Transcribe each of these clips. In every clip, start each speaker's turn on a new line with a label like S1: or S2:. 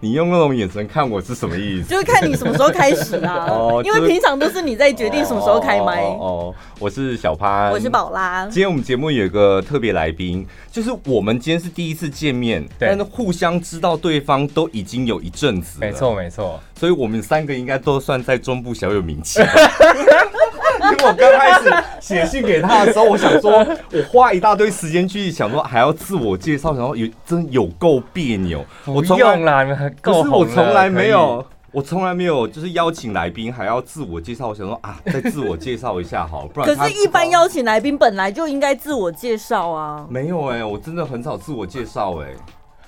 S1: 你用那种眼神看我是什么意思？
S2: 就是看你什么时候开始啦、
S1: 哦
S2: 因为
S1: 就是
S2: 平常都是你在决定什么时候开麦。
S1: 哦哦哦，我是小潘，
S2: 我是。宝拉，
S1: 今天我们节目有一个特别来宾，就是我们今天是第一次见面，
S3: 对
S1: 但是互相知道对方都已经有一阵子，
S3: 没，错没错，
S1: 所以我们三个应该都算在中部小有名气。 因为我刚开始写信给他的时候，我想说，我花一大堆时间去想说还要自我介绍，然后有真有够别扭，我
S3: 不
S1: 从来
S3: 用啊啦，你们很
S1: 可
S3: 够
S1: 是
S3: 红
S1: 我
S3: 了
S1: 从来没。
S3: 可
S1: 有，我从来没有就是邀请来宾还要自我介绍。我想说啊，再自我介绍一下好，不然
S2: 可
S1: 他
S2: 是，一般邀请来宾本来就应该自我介绍啊。
S1: 没有哎、我真的很少自我介绍哎、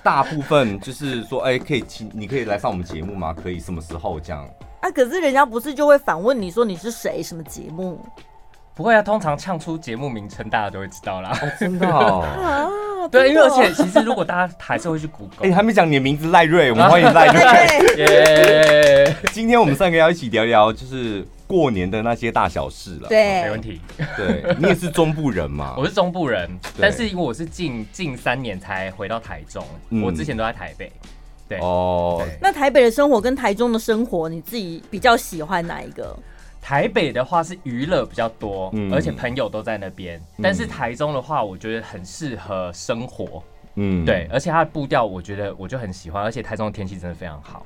S1: 大部分就是说哎、可以请你可以来上我们节目吗？可以，什么时候这样？
S2: 啊，可是人家不是就会反问你说你是谁，什么节目。
S3: 以不会啊，通常唱出节目名称，大家都会知道啦。
S1: 真的、哦
S2: 啊？
S3: 对，因为而
S2: 真的哦
S3: 且其实如果大家还是会去谷 歌
S1: 哎、，还没讲你的名字，赖瑞，我们欢迎赖瑞。
S2: 哎 对
S3: 耶，
S1: 今天我们三个要一起聊聊，就是过年的那些大小事了。，
S2: 对，
S3: 没问题。
S1: 对你也是中部人嘛
S3: 我？是中部人，
S1: 对
S3: 但是因为我是近近三年才回到台中，
S1: 嗯
S3: 我之前都在台北。对，
S1: 哦，
S3: 对
S2: 那台北的生活跟台中的生活，你自己比较喜欢哪一个？
S3: 台北的话是娱乐比较多，
S1: 嗯
S3: 而且朋友都在那边。但是台中的话，我觉得很适合生活，
S1: 嗯
S3: 对，，而且它的步调，我觉得我就很喜欢，而且台中的天气真的非常好，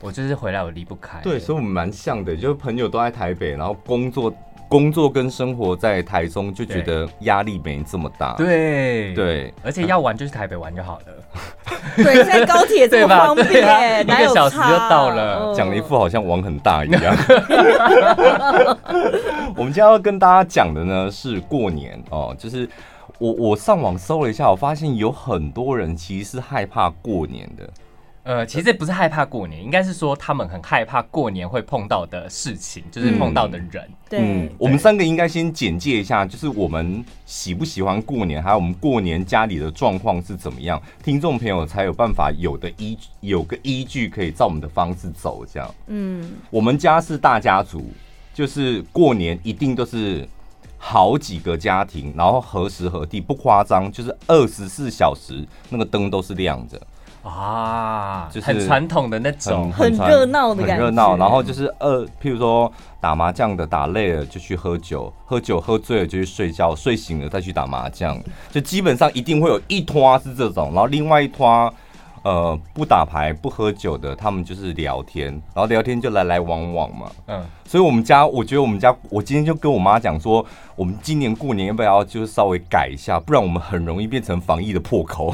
S3: 我就是回来我离不开。
S1: 对，所以我们蛮像的，就是朋友都在台北，然后工作工作跟生活在台中，就觉得压力没这么大。
S3: 对
S1: 对
S3: 而且要玩就去台北玩就好了。
S2: 对，现在高铁这
S3: 对
S2: 么
S3: 吧
S2: 方
S3: 对啊
S2: 便，哪
S3: 一
S2: 有
S3: 个
S2: 差？
S3: 小时就到了
S2: 嗯
S1: 讲了一副好像网很大一样。我们今天要跟大家讲的呢是过年哦，就是我我上网搜了一下，我发现有很多人其实是害怕过年的。
S3: 呃，其实不是害怕过年，应该是说他们很害怕过年会碰到的事情，就是碰到的人。
S2: 对，
S1: 嗯我们三个应该先简介一下，就是我们喜不喜欢过年，还有我们过年家里的状况是怎么样，听众朋友才有办法有的依有个依据，可以照我们的方式走。这样，
S2: 嗯，
S1: 我们家是大家族，就是过年一定都是好几个家庭，然后何时何地不夸张，就是二十四小时那个灯都是亮着。
S3: 啊，
S1: 就是
S3: 很传统的那种
S1: 很。
S2: 很热闹的感
S1: 很
S2: 觉
S1: 热闹。然后就是呃，譬如说打麻将的打累了就去喝酒，喝酒喝醉了就去睡觉，睡醒了再去打麻将，就基本上一定会有一拖是这种，然后另外一拖。呃，不打牌不喝酒的，他们就是聊天，然后聊天就来来往往嘛。
S3: 嗯，
S1: 所以我们家，我觉得我们家，我今天就跟我妈讲说，我们今年过年要不要就是稍微改一下，不然我们很容易变成防疫的破口。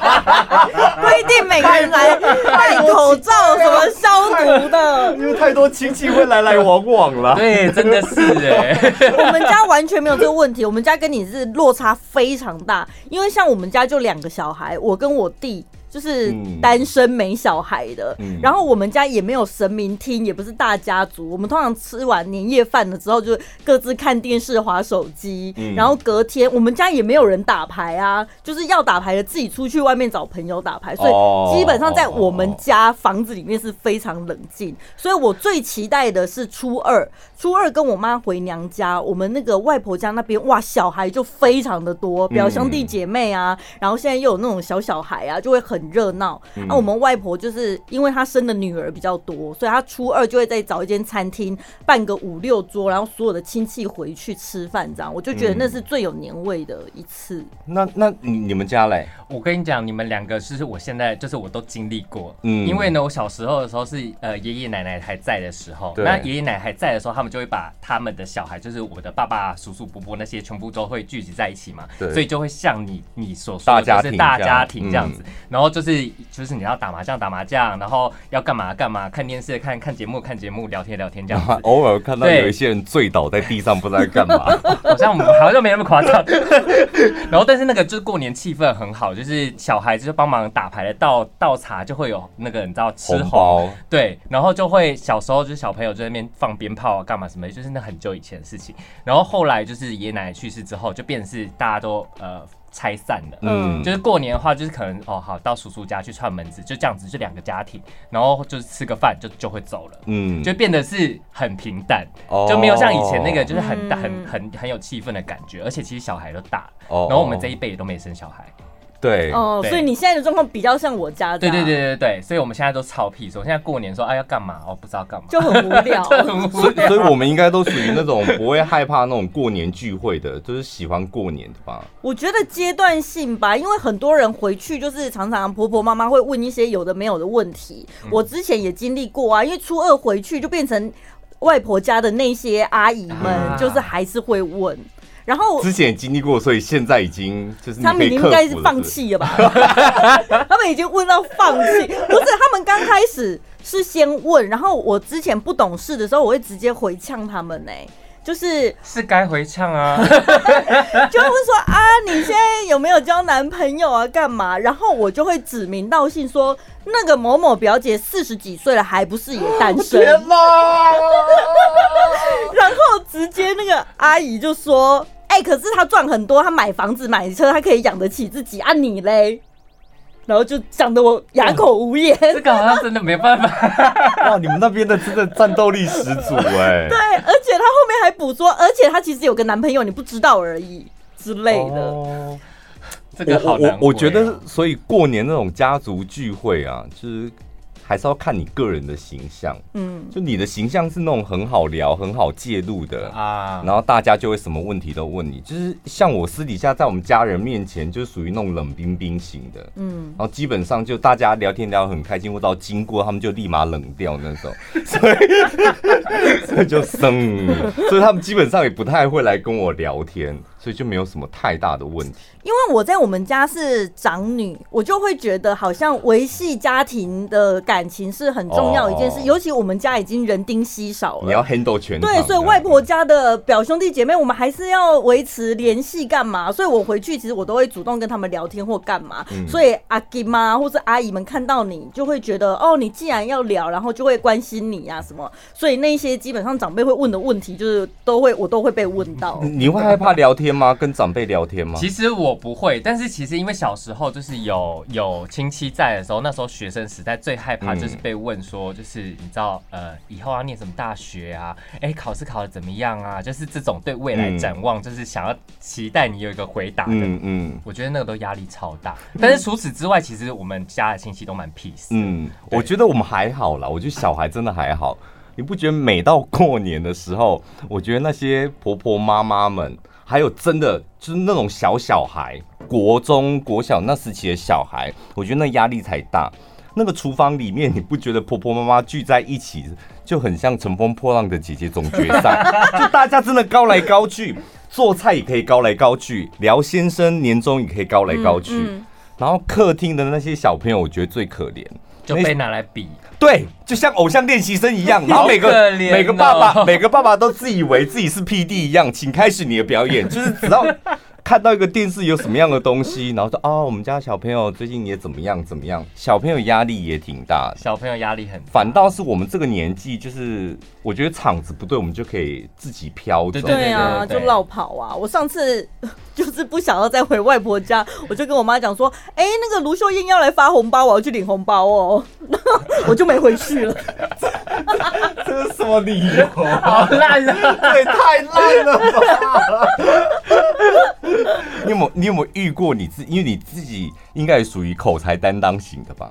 S2: 规定每个人来戴口罩，什么消毒的，
S1: 因为太多亲戚会来来往往了。
S3: 对，真的是哎、
S2: 我们家完全没有这个问题，我们家跟你是落差非常大，因为像我们家就两个小孩，我跟我弟。就是
S1: 嗯
S2: 单身没小孩的，
S1: 嗯
S2: 然后我们家也没有神明厅，也不是大家族。我们通常吃完年夜饭了之后，就各自看电视、划手机，
S1: 嗯
S2: 然后隔天我们家也没有人打牌啊，就是要打牌的自己出去外面找朋友打牌，所
S1: 哦
S2: 以基本上在我们家房子里面是非常冷静，所以我最期待的是初二，初二跟我妈回娘家，我们那个外婆家那边哇，小孩就非常的多，表兄弟姐妹啊，然后现在又有那种小小孩啊，就会很热闹。
S3: 嗯
S2: 那、我们外婆就是因为她生的女儿比较多，所以她初二就会再找一间餐厅办个五六桌，然后所有的亲戚回去吃饭，这样我就觉得那是最有年味的一次。
S1: 那那你你们家嘞？
S3: 我跟你讲，你们两个是我现在就是我都经历过，
S1: 嗯
S3: 嗯，因为呢，我小时候的时候是呃爷爷奶奶还在的时候，
S1: 对
S3: 那爷爷奶奶还在的时候，他们就会把他们的小孩，就是我的爸爸、叔叔、伯伯那些，全部都会聚集在一起嘛，
S1: 对
S3: 所以就会像你你所
S1: 大
S3: 说
S1: 家
S3: 的，
S1: 庭
S3: 就是大
S1: 这样，
S3: 家庭这样子，然后就是就是你要打麻将打麻将，然后要干嘛干嘛，看电视看看节目看节目，聊天聊天这样子
S1: 偶尔看到
S3: 对
S1: 有一些人醉倒在地上，不知道在干嘛。
S3: 好像我们好像没那么夸张。 然后，但是那个就是过年气氛很好，就是小孩子就帮忙打牌的倒倒茶，就会有那个你知道吃
S1: 红
S3: 红，
S1: 包，
S3: 对，然后就会小时候就是小朋友就在那边放鞭炮啊，干嘛什么的，就是那很久以前的事情。然后后来就是爷爷奶奶去世之后，就变成是大家都呃拆散了。
S1: 嗯，
S3: 就是过年的话，就是可能哦好到叔叔家去串门子，就这样子，就两个家庭，然后就是吃个饭就就会走了。
S1: 嗯，
S3: 就变得是很平淡，
S1: 哦
S3: 就没有像以前那个就是很大、
S2: 嗯
S3: 很很很有气氛的感觉。而且其实小孩都大了，
S1: 哦
S3: 然后我们这一辈也都没生小孩，
S1: 对，
S2: 哦，
S3: 对
S2: 所以你现在的状况比较像我家这
S3: 对
S2: 样，
S3: 对对对对，所以我们现在都超屁，所以我现在过年说哎要干嘛，哦不知道干嘛，
S2: 就很无 聊。
S3: 很无
S1: 所以 所以我们应该都属于那种不会害怕那种过年聚会的，就是喜欢过年的吧？
S2: 我觉得阶段性吧，因为很多人回去就是常常婆婆妈妈会问一些有的没有的问题。
S1: 嗯
S2: 我之前也经历过啊，因为初二回去就变成外婆家的那些阿姨们
S3: 啊，
S2: 就是还是会问。然后
S1: 之前也经历过，所以现在已经就是你
S2: 哦他们
S1: 可
S2: 已
S1: 以
S2: 经
S1: 克
S2: 应该是
S1: 服了
S2: 放。
S1: 不
S2: 弃了吧？ 他们已经问到放弃，不是他们刚开始是先问，然后我之前不懂事的时候，我会直接回呛他们呢、就是
S3: 是该回呛啊，
S2: 就会说啊，你现在有没有交男朋友啊？干嘛？然后我就会指名道姓说，那个某某表姐四十几岁了，还不是也单身？
S1: 天哪！
S2: 然后直接那个阿姨就说，哎、可是她赚很多，她买房子买车，她可以养得起自己啊，你嘞？然后就讲得我哑口无言。哎
S3: 这个好像真的没办法。
S1: 哇，你们那边的真的战斗力十足哎、
S2: 对，而且她后面还补说，而且她其实有个男朋友，你不知道而已之类的。
S3: 哦这个
S1: 我
S3: 好
S1: 我
S3: 难
S1: 我我觉
S3: 为
S1: 得
S3: 哦，
S1: 所以过年那种家族聚会啊，就是还是要看你个人的形象。
S2: 嗯，
S1: 就你的形象是那种很好聊、很好介入的，
S3: 啊，
S1: 然后大家就会什么问题都问你。就是像我私底下在我们家人面前，就属于那种冷冰冰型的。
S2: 嗯，
S1: 然后基本上就大家聊天聊得很开心，或到经过他们就立马冷掉那种， 所以所以就生，所以他们基本上也不太会来跟我聊天，所以就没有什么太大的问题。
S2: 因为我在我们家是长女，我就会觉得好像维系家庭的感情是很重要一件事，
S1: 哦
S2: 尤其我们家已经人丁稀少
S1: 你要
S2: 了。
S1: handle 全场
S2: 哦对，所以
S1: 这样
S2: 外婆家的表兄弟姐妹，我们还是要维持联系，干嘛？所以我回去其实我都会主动跟他们聊天或干嘛。
S1: 嗯
S2: 所以阿姨妈或者阿姨们看到你，就会觉得哦，你既然要聊，然后就会关心你呀、啊什么。所以那些基本上长辈会问的问题，就是都会我都会被问到
S1: 你。你会害怕聊天吗？跟长辈聊天吗？
S3: 其实我不会，但是其实因为小时候就是有有亲戚在的时候，那时候学生时代最害怕
S1: 嗯
S3: 就是被问说，就是你知道呃以后要念什么大学啊，哎考试考的怎么样啊，就是这种对未来展望，就是想要期待你有一个回答的。
S1: 嗯嗯
S3: 我觉得那个都压力超大，但是除此之外，其实我们家的亲戚都蛮 peace。
S1: 嗯，
S3: 对
S1: 我觉得我们还好啦，我觉得小孩真的还好。你不觉得每到过年的时候，我觉得那些婆婆妈妈们，还有真的就是那种小小孩，国中、国小那时期的小孩，我觉得那压力才大。那个厨房里面，你不觉得婆婆妈妈聚在一起就很像《乘风破浪的姐姐》总决赛？就大家真的高来高去，做菜也可以高来高去，聊先生年终也可以高来高去。
S2: 嗯嗯
S1: 然后客厅的那些小朋友，我觉得最可怜。
S3: 就被拿来比，
S1: 对，就像偶像练习生一样，然后每个、
S3: 好可怜哦
S1: 每个爸爸每个爸爸都自以为自己是 P D 一样，请开始你的表 演，就是只要看到一个电视有什么样的东西，然后说哦，我们家小朋友最近也怎么样怎么样，小朋友压力也挺大的。
S3: 小朋友压力很大。
S1: 反倒是我们这个年纪，就是我觉得场子不对，我们就可以自己飘走。
S3: 对对
S2: 对啊，
S3: 对
S2: 就绕跑啊！我上次 就是不想要再回外婆家，我就跟我妈讲说：“哎、那个卢秀燕要来发红包，我要去领红包哦。” 我就没回去 了。
S1: 这是什么理由？ 哦
S3: 好烂啊！
S1: 这也太烂了吧！ 你有没有你有没有遇过你自？因为你自己应该也属于口才担当型的吧？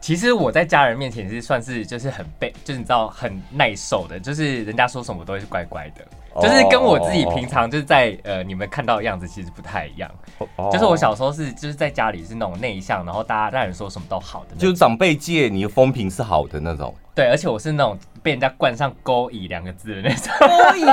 S3: 其实我在家人面前是算是就是很被，就是你知道很耐受的，就是人家说什么我都会是乖乖的，
S1: 哦
S3: 就是跟我自己平常就是在呃你们看到的样子其实不太一样。
S1: 哦
S3: 就是我小时候是就是在家里是那种内向，然后大家让人说什么都好的那
S1: 就
S3: 种，
S1: 是长辈界你的风评是好的那种，
S3: 对，而且我是那种被人家冠上“勾引”两个字的那种，
S2: 所以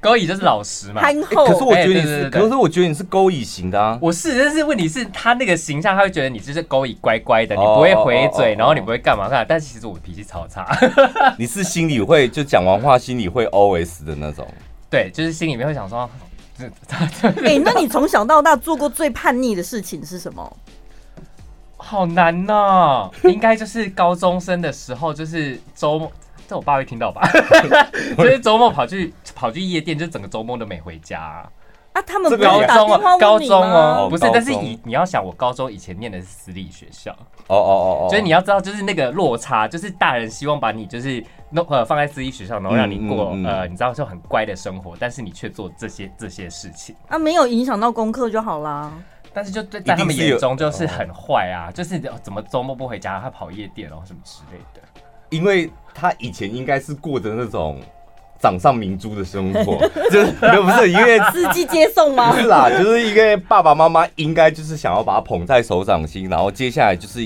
S3: 勾引就是老实嘛。
S2: 憨
S1: 可是
S2: 厚，
S1: 我觉得你
S3: 哎对
S1: 是，
S3: 对对对哦
S1: 可是我觉得你是勾引型的啊。
S3: 我是，但是问题是他那个形象，他会觉得你就是勾引乖乖的，你
S1: 哦
S3: 不会回
S1: 哦
S3: 嘴，
S1: 哦哦
S3: 然后你不会干嘛干嘛。但其实我脾气超差，
S1: 你是心里会就讲完话心里会 OS 的那种。
S3: 对，就是心里面会想说， 这
S2: 哎、那你从小到大做过最叛逆的事情是什么？
S3: 好难呐、 应该就是高中生的时候，就是周末，这我爸会听到 吧？就是周末跑去跑去夜店，就整个周末都没回家、
S2: 啊，他们不
S1: 这
S2: 是
S1: 个也
S2: 打电
S3: 中
S2: 话
S3: 哦，高
S2: 问你
S3: 中哦
S2: 吗？，
S1: 哦
S3: 不是
S1: 高，中
S3: 但是以你要想，我高中以前念的是私立学校，
S1: 哦哦哦哦，
S3: 所以你要知道，就是那个落差，就是大人希望把你就是弄呃放在私立学校，然后让你过、
S1: 嗯嗯嗯
S3: 呃你知道就很乖的生活，但是你却做这些这些事情。
S2: 啊，没有影响到功课就好啦。
S3: 但是就对在他们
S1: 一定是有哦
S3: 眼中就是很坏啊，就是哦怎么周末不回家，他跑夜店哦什么之类的。
S1: 因为他以前应该是过着那种掌上明珠的生活， 就是就不是因为
S2: 司机接送吗
S1: 不？是啦，就是因为爸爸妈妈应该就是想要把他捧在手掌心，然后接下来就是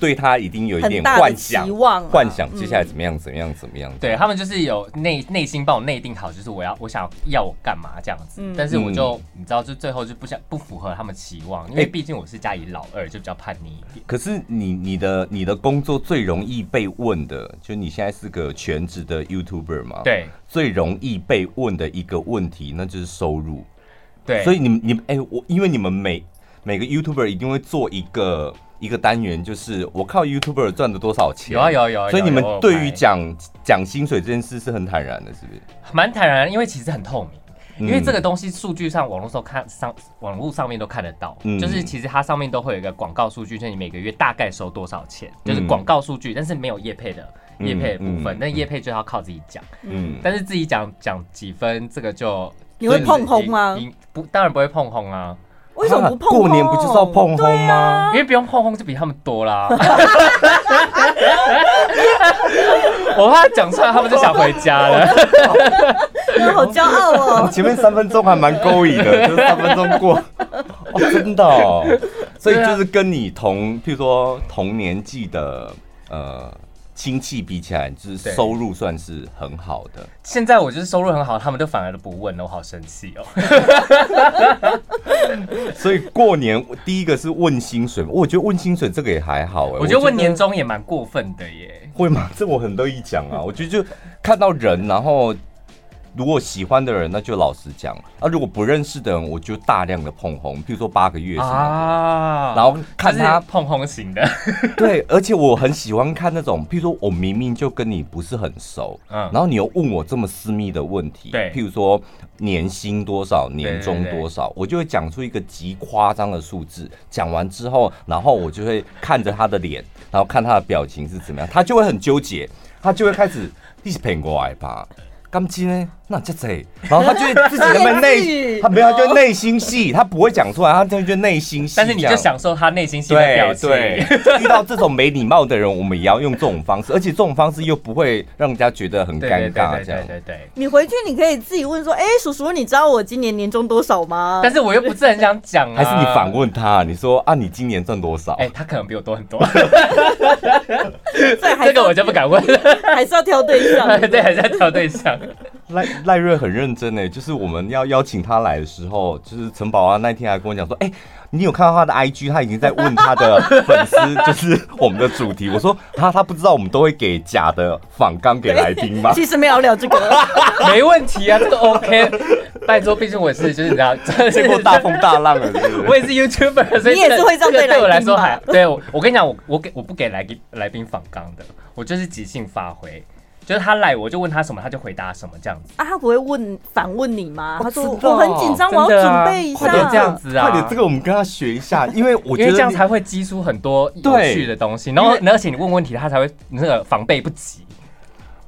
S1: 对他一定有一
S2: 很
S1: 点
S2: 大的
S1: 幻
S2: 期
S1: 想，
S2: 望啊，
S1: 幻想
S2: 嗯
S1: 接下来怎么样怎么样怎么样。
S3: 对他们就是有内内心帮我内定好，就是我要我想要我干嘛这样子，
S2: 嗯
S3: 但是我就、你知道，就最后就不想不符合他们期望，因为毕竟我是家里老二，就比较叛逆一点。
S1: 可是你你的你的工作最容易被问的，就你现在是个全职的 YouTuber 嘛？，
S3: 对
S1: 最容易被问的一个问题，那就是收入。
S3: 对，
S1: 所以你们你们哎、我因为你们每每个 YouTuber 一定会做一个一个单元，就是我靠 YouTuber 赚了多少钱。
S3: 有啊有啊有啊有啊
S1: 所以你们
S3: 有啊有啊
S1: 对于
S3: 有啊
S1: 讲讲薪水这件事是很坦然的，是不是？
S3: 蛮坦然，因为其实很透明。因为
S1: 嗯
S3: 这个东西数据上网络上看上网络上面都看得到，
S1: 嗯
S3: 就是其实它上面都会有一个广告数据，就是你每个月大概收多少钱，就是
S1: 嗯
S3: 广告数据，但是没有业配的
S1: 嗯
S3: 业配的部分
S1: 嗯，
S3: 那业配就要靠自己讲，
S1: 嗯，
S3: 但是自己讲讲几分这个就
S2: 你会
S3: 就是
S2: 碰红吗
S3: 赢？赢不，当然不会碰红啊，
S2: 为什么不碰轰？
S1: 过年不就是要碰
S2: 对
S1: 轰吗？
S3: 因为不用碰轰就比他们 多啦。我怕讲出来他们就想回家了，
S2: 啊好骄傲
S1: 我
S2: 哦！
S1: 前面三分钟还蛮勾引 的，就是三分钟过，哦，真的、 哦，所以就是跟你同，譬如说同年纪的呃亲戚比起来，就是
S3: 对
S1: 收入算是很好的。
S3: 现在我就是收入很好，他们都反而都不问了，我好生气哦。
S1: 所以过年第一个是问薪水，我觉得问薪水这个也还好哎、
S3: 我觉得问年终也蛮过分的耶。
S1: 会吗？这我很乐意讲啊，我觉得就看到人，然后。如果喜欢的人，那就老实讲；啊，如果不认识的人，我就大量的碰红，譬如说八个月什么的，
S3: 啊
S1: 然后看他
S3: 就是碰红型的，
S1: 对，而且我很喜欢看那种，譬如说我明明就跟你不是很熟，
S3: 嗯
S1: 然后你又问我这么私密的问题，
S3: 对
S1: 譬如说年薪多少，
S3: 对
S1: 年
S3: 对
S1: 终
S3: 对
S1: 多少，我就会讲出一个极夸张的数字，讲完之后，然后我就会看着他的脸，然后看他的表情是怎么样，他就会很纠结，他就会开始一起骗过来吧。钢筋呢？那这这，然后他就会自己在那边
S2: 自言自
S1: 内，
S2: 语
S1: 他没有，他就内心戏，他不会讲出来，他就就内心戏这
S3: 但
S1: 样。
S3: 是你就享受他内心戏的表情。
S1: 对，对 遇到这种没礼貌的人，我们也要用这种方式，而且这种方式又不会让人家觉得很
S3: 对
S1: 尴
S3: 对对
S1: 尬
S3: 对
S1: 这样
S3: 对。对对。
S2: 你回去你可以自己问说：“哎、叔叔，你知道我今年年终多少吗？”
S3: 但是我又不是很想讲
S1: 还
S3: 啊。
S1: 是你反？问他，你说啊，你今年赚多少？
S3: 哎，他可能比我多很多，
S2: 所以还是
S3: 这个
S2: 要
S3: 我就不敢问。
S2: 还是要挑对 象。
S3: 对，还是要挑 对象。
S1: 赖赖瑞很认真诶，就是我们要邀请他来的时候，就是陈宝安那天还跟我讲说，哎、你有看到他的 IG，他已经在问他的粉丝，就是我们的主题。我说他他不知道我们都会给假的仿纲给来宾吗？
S2: 其实没有聊 这
S3: 啊
S2: 个，
S3: 没问题啊，这个 OK。拜托，毕竟我也是，就是你知道，
S1: 结果大风大浪了，是不是啊
S3: 我也是 YouTuber，所以
S2: 你也是
S3: 这个
S2: 会这样
S3: 这个
S2: 对
S3: 对我
S2: 来
S3: 来
S2: 宾
S3: 说
S2: 吧
S3: 还对我，我跟你讲，我我给我不给来宾来宾访纲的，我就是即兴发挥，就是他来我就问他什么，他就回答什么这样子。
S2: 啊，他不会问反问你吗？他说
S1: 知道
S2: 我很紧张，我要
S3: 真的啊
S2: 准备一下。
S3: 快点这样子啊！
S1: 快点，这个我们跟他学一下，因为我
S3: 因
S1: 觉
S3: 为
S1: 得
S3: 这样
S1: 你
S3: 才会激出很多有
S1: 对
S3: 趣的东西，然后而且你问问题，他才会那个防备不及，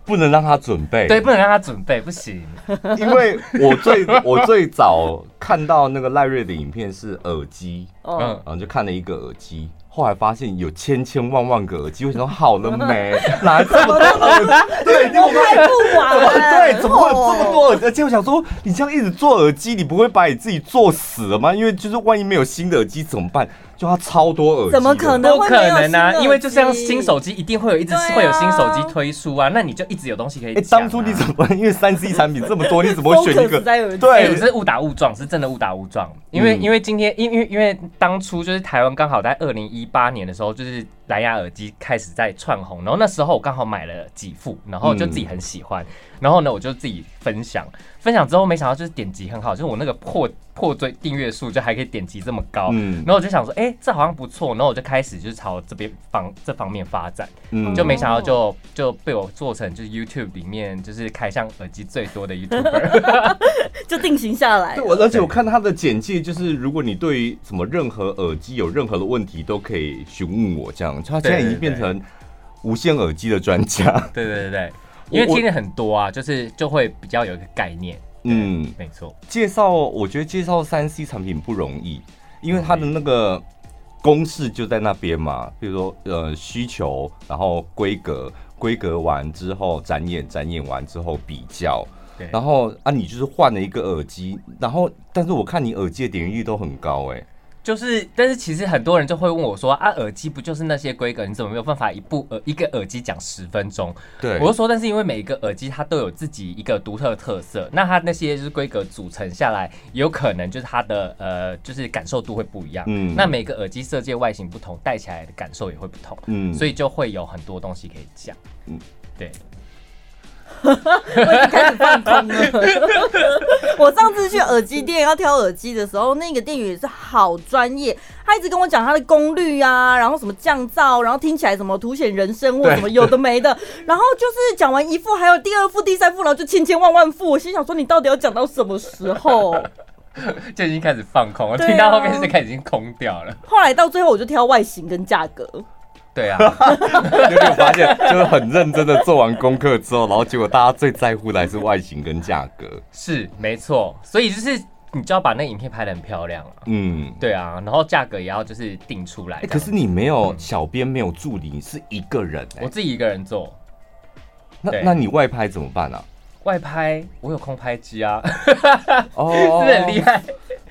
S1: 不能让他准备。
S3: 对，不能让他准备，不行。
S1: 因为我最我最早看到那个赖瑞的影片是耳机，
S3: 嗯
S2: 哦，
S1: 然后就看了一个耳机，后来发现有千千万万个耳机，我想说好了没，哪来这么多耳机？对，你
S2: 我快不玩 了。
S1: 对， 怎么会有这么
S2: 哦？
S1: 多耳机？而且我想说，你这样一直做耳机，你不会把你自己做死了吗？因为就是万一没有新的耳机怎么办？就它超多耳机的，
S2: 怎么可能
S3: 不可能啊，
S2: 会没有新耳机
S3: 因为就像新手机一定会有一直
S2: 对啊
S3: 会有新手机推出啊，那你就一直有东西可以
S1: 哎、
S3: 讲啊。
S1: 当初你怎么？因为三 C 产品这么多，你怎么会选一
S2: focus
S1: 个？
S2: 在耳机
S1: 对
S3: 哎我是误打误撞，是真的误打误撞。因为、
S1: 嗯
S3: 因为今天，因为因为当初就是台湾刚好在二零一八年的时候，就是蓝牙耳机开始在窜红，然后那时候我刚好买了几副，然后就自己很喜
S1: 嗯
S3: 欢，然后呢我就自己分享，分享之后没想到就是点击很好，就是我那个破破追订阅数就还可以点击这么高，
S1: 嗯
S3: 然后我就想说，哎、这好像不错，然后我就开始就是朝这边方这方面发展。
S1: 嗯
S3: 就没想到就就被我做成就是 YouTube 里面就是开箱耳机最多 的 YouTuber，
S2: 就定型下来
S1: 对，。我而且我看他的简介，就是如果你对于什么任何耳机有任何的问题，都可以询问我这样。他现在已经变成无线耳机的专家，
S3: 对对对对，
S1: 我
S3: 因为听了很多啊，就是就会比较有一个概念，
S1: 嗯，
S3: 没错，
S1: 介绍我觉得介绍三 C 产品不容易，因为它的那个公式就在那边嘛，比如说呃需求，然后规格，规格完之后展演，展演完之后比较，
S3: 对，
S1: 然后啊你就是换了一个耳机，然后但是我看你耳机的点击率都很高哎、
S3: 就是，但是其实很多人就会问我说啊，耳机不就是那些规格，你怎么没有办法一部呃耳一个耳机讲十分钟？
S1: 对
S3: 我就说，但是因为每一个耳机它都有自己一个独特的特色，那它那些就是规格组成下来，有可能就是它的呃，就是感受度会不一样。
S1: 嗯
S3: 嗯，那每个耳机设计的外形不同，戴起来的感受也会不同，
S1: 嗯
S3: 所以就会有很多东西可以讲。
S1: 嗯
S3: 嗯，对，
S2: 我已经开始放空了。 我上次去耳机店要挑耳机的时候，那个店员也是好专业，他一直跟我讲它的功率啊，然后什么降噪，然后听起来什么凸显人声或
S1: 对
S2: 什么有的没 的，然后就是讲完一副，还有第二副、第三副，然后就千千万万副。我心想说，你到底要讲到什么 时候？
S3: 就已经开始放空了，
S2: 对啊
S3: 听到后面是开始已经空掉 了。
S2: 后来到最后，我就挑外形跟价格。
S3: 对啊，
S1: 就没有发现，就是很认真的做完功课之后，然后结果大家最在乎的还是外形跟价格。
S3: 是没错，所以就是你就要把那影片拍得很漂亮啊。
S1: 嗯，
S3: 对啊，然后价格也要就是定出来
S1: 哎、
S3: 这样。
S1: 可是你没有小编，没有助理，你是一个人、
S3: 我
S1: 哎，
S3: 自己一个人做
S1: 那
S3: 对
S1: 那你外拍怎么办啊？
S3: 外拍，我有空拍机啊，
S1: 哦，
S3: 是不 是很厉害？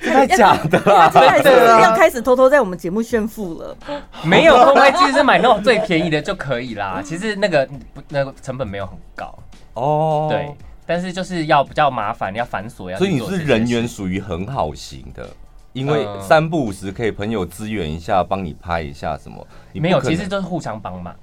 S1: 害，太假的
S2: 他
S1: 啦！
S2: 接下来是不是
S3: 对啊
S2: 要开始偷偷在我们节目炫富了？
S3: 没有空拍机是买那种最便宜的就可 以啦。其实那个不那个成本没有很高，
S1: 哦，
S3: 对，，但是就是要比较麻烦，要繁琐，要
S1: 所以
S3: 去
S1: 你
S3: 做
S1: 是
S3: 这些
S1: 人缘
S3: 事
S1: 属于很好型的，因为
S3: 嗯
S1: 三不五时可以朋友支援一下，帮你拍一下什么。你不
S3: 没有，
S1: 可
S3: 其
S1: 能
S3: 实就是互相帮忙。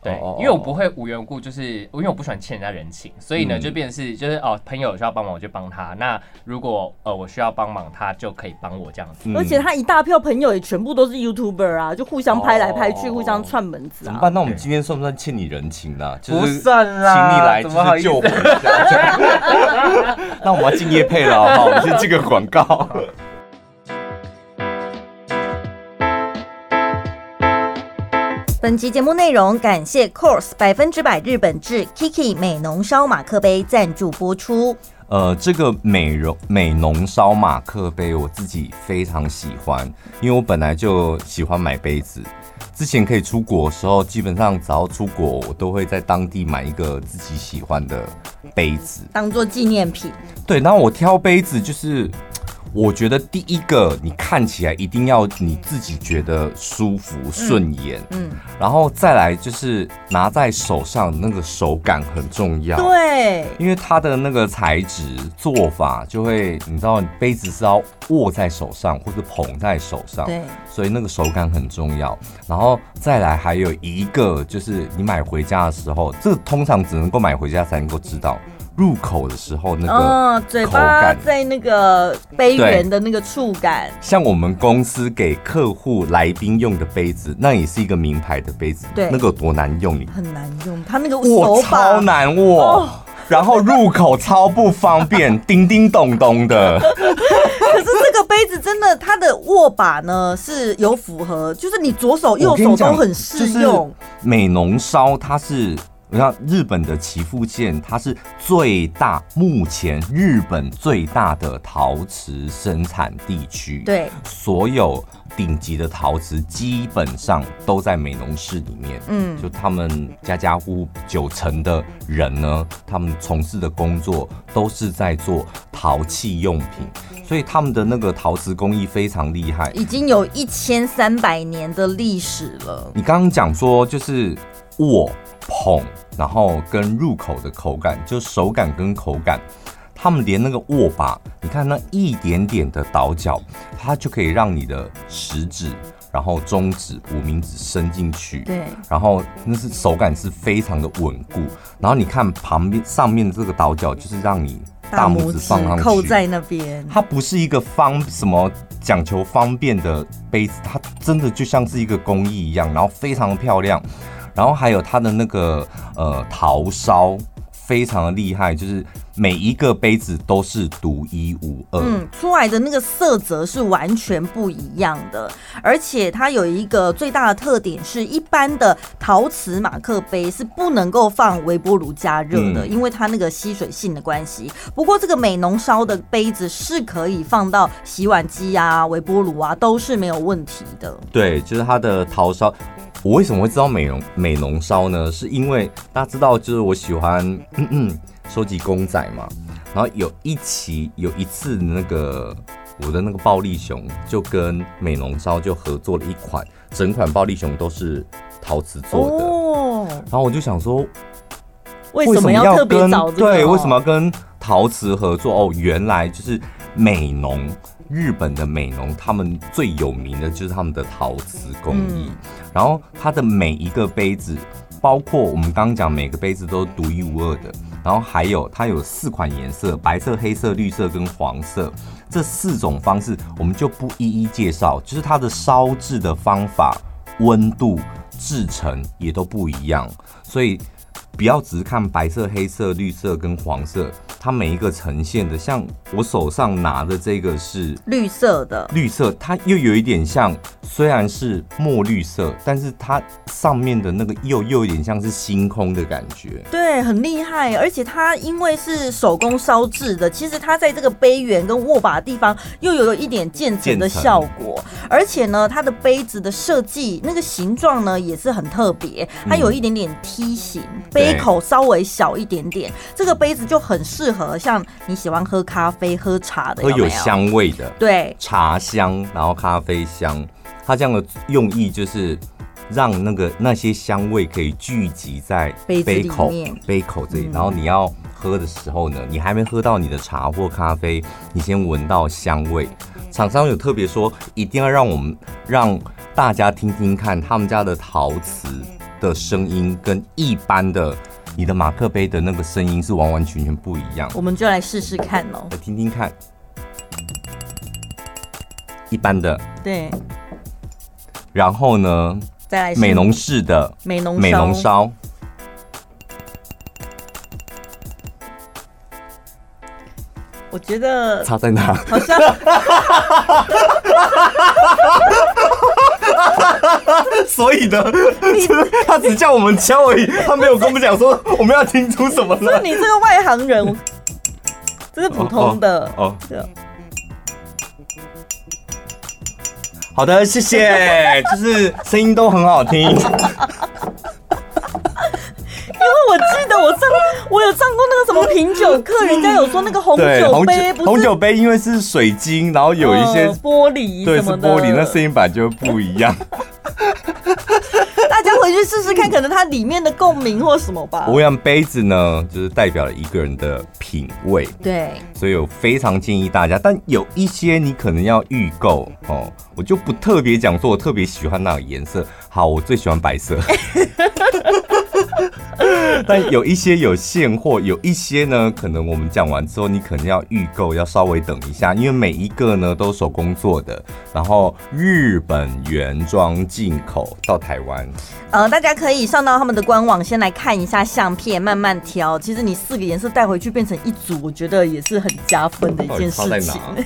S3: 对
S1: 哦哦哦，
S3: 因为我不会无缘无故，就是因为我不喜欢欠人家人情，所以呢，
S1: 嗯
S3: 就变成是就是哦，朋友需要帮忙我就帮他，那如果呃我需要帮忙，他就可以帮我这样子。
S1: 嗯
S2: 而且他一大票朋友也全部都是 YouTuber 啊，就互相拍来拍去，
S1: 哦
S2: 互相串门子
S1: 怎么
S2: 啊。
S1: 办？那我们今天算不算欠你人情呢、就
S3: 不
S1: 是
S3: 算啦
S1: 请你来
S3: 怎么好
S1: 就
S3: 意
S1: 是
S3: 思
S1: 救火一下。 那我们要敬业配了，好不好？我们先进个广告。
S4: 本集节目内容感谢 Course 百分之百日本制 Kiki 美浓烧马克杯赞助播出。
S1: 呃，这个美容美浓烧马克杯我自己非常喜欢，因为我本来就喜欢买杯子。之前可以出国的时候，基本上只要出国，我都会在当地买一个自己喜欢的杯子。
S2: 当做纪念品，
S1: 对，然后我挑杯子就是，我觉得第一个你看起来一定要你自己觉得舒服顺眼，嗯，然后再来就是拿在手上那个手感很重要，
S2: 对，
S1: 因为它的那个材质做法就会，你知道杯子是要握在手上或者捧在手上，
S2: 对，
S1: 所以那个手感很重要。然后再来还有一个就是你买回家的时候，这个通常只能够买回家才能够知道，入口的时候那个。
S2: 嗯，嘴
S1: 口
S2: 巴
S1: 感
S2: 在那个杯缘的那个触感，
S1: 像我们公司给客户来宾用的杯子，那也是一个名牌的杯子，
S2: 对
S1: 那个有多难用，你
S2: 很难用，它那个
S1: 握
S2: 手
S1: 超
S2: 把。哦
S1: 难握，然后入口超不方 便，叮叮咚咚的。
S2: 可是这个杯子真的，它的握把呢是有符合，就是你左手右
S1: 我跟
S2: 手
S1: 你讲
S2: 都很适用。。
S1: 就是、美浓烧它是。你看日本的岐阜县，它是最大，目前日本最大的陶瓷生产地区。，
S2: 对，
S1: 所有顶级的陶瓷基本上都在美浓市里面。
S2: 嗯
S1: 就他们家家户户九成的人呢，他们从事的工作都是在做陶器用品，所以他们的那个陶瓷工艺非常厉害。
S2: 已经有一千三百年的历史了。
S1: 你刚刚讲说就是握、捧，然后跟入口的口感，就手感跟口感，他们连那个握把，你看那一点点的倒角，它就可以让你的食指，然后中指、无名指伸进去。
S2: 对，
S1: 然后那是手感是非常的稳固，然后你看旁边上面这个倒角，就是让你大拇指放上去，
S2: 扣在那边。
S1: 它不是一个方什么讲求方便的杯子，它真的就像是一个工艺一样，然后非常的漂亮，然后还有它的那个呃陶烧非常的厉害，就是每一个杯子都是独一无二。
S2: 嗯，出来的那个色泽是完全不一样的，而且它有一个最大的特点是，一般的陶瓷马克杯是不能够放微波炉加热的，
S1: 嗯
S2: 因为它那个吸水性的关系。不过这个美浓烧的杯子是可以放到洗碗机啊、微波炉啊，都是没有问题的。
S1: 对，就是它的陶烧。我为什么会知道美容美浓烧呢？是因为大家知道，就是我喜欢 嗯嗯收集公仔嘛，然后有一期有一次那个我的那个暴力熊就跟美浓烧就合作了一款，整款暴力熊都是陶瓷做的。
S2: 哦，
S1: 然后我就想说，
S5: 为什
S1: 为什么
S5: 么
S1: 要
S5: 特别
S1: 跟
S5: 找这个？
S1: 对，为什么要跟陶瓷合作？哦，原来就是美浓，日本的美浓，他们最有名的就是他们的陶瓷工艺。
S5: 嗯
S1: 然后它的每一个杯子，包括我们刚刚讲每个杯子都是独一无二的。然后还有它有四款颜色，白色、黑色、绿色跟黄色。这四种方式我们就不一一介绍，就是它的烧制的方法、温度、制成也都不一样，所以不要只是看白色、黑色、绿色跟黄色，它每一个呈现的，像我手上拿的这个是
S2: 绿色的，
S1: 绿色，它又有一点像，虽然是墨绿色，但是它上面的那个又又有点像是星空的感觉。
S2: 对，很厉害，而且它因为是手工烧制的，其实它在这个杯缘跟握把的地方又有一点渐层
S1: 渐
S2: 的
S1: 层
S2: 效果，而且呢，它的杯子的设计那个形状呢也是很特别，它有一点点梯形，杯口稍微小一点点，这个杯子就很适合像你喜欢喝咖啡、喝茶的，
S1: 喝
S2: 有没
S1: 有
S2: 有？
S1: 香味的
S2: 对，
S1: 茶香，然后咖啡香，它这样的用意就是让那个那些香味可以聚集在
S2: 杯子里
S1: 口
S2: 面嗯
S1: 杯口这里，然后你要喝的时候呢，你还没喝到你的茶或咖啡，你先闻到香味。厂商有特别说，一定要让我们让大家听听看他们家的陶瓷的声音跟一般的你的马克杯的那个声音是完完全全不一样。
S2: 我们就来试试看哦。
S1: 来听听看，一般的，
S2: 对，
S1: 然后呢，
S2: 再来试
S1: 美浓式的
S2: 美浓
S1: 美浓
S2: 烧，
S1: 烧，
S2: 我觉得
S1: 差在哪？
S2: 好像
S1: 所以呢，他只叫我们敲而已，他没有跟我们讲说我们要听出什么
S2: 那
S1: 了。
S2: 你这个外行人， 我这是普通的。
S1: 哦，
S2: 对
S1: 好的，谢谢，就是声音都很好听。
S5: 我记得我上我有上过那个什么品酒课，人家有说那个红
S1: 对，
S5: 酒
S1: 红
S5: 杯不
S1: 酒
S5: 是
S1: 红酒杯因为是水晶，然后有一些
S5: 呃玻璃
S1: 对
S5: 什
S1: 是
S5: 么的，
S1: 玻璃，那声音版就会不一样。
S2: 大家回去试试看，可能它里面的共鸣或什么吧。
S1: 我想杯子呢，就是代表了一个人的品味。
S2: 对，
S1: 所以我非常建议大家，但有一些你可能要预购哦，我就不特别讲说我特别喜欢哪个颜色。好，我最喜欢白色， 但有一些有现货，有一些呢，可能我们讲完之后，你可能要预购，要稍微等一下，因为每一个呢都手工做的，然后日本原装进口到台湾，
S2: 呃，大家可以上到他们的官网，先来看一下相片，慢慢挑。其实你四个颜色带回去变成一组，我觉得也是很加分的一件
S1: 到底差
S2: 事情
S1: 在。哪？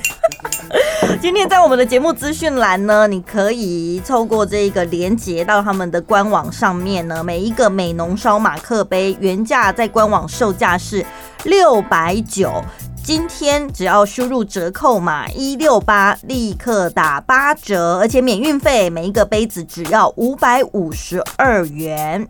S2: 今天在我们的节目资讯栏呢，你可以透过这个连接到他们的官网上面呢，每一个美浓烧马克杯原价在官网售价是六百九。今天只要输入折扣码一六八，立刻打八折，而且免运费，每一个杯子只要五百五十二元。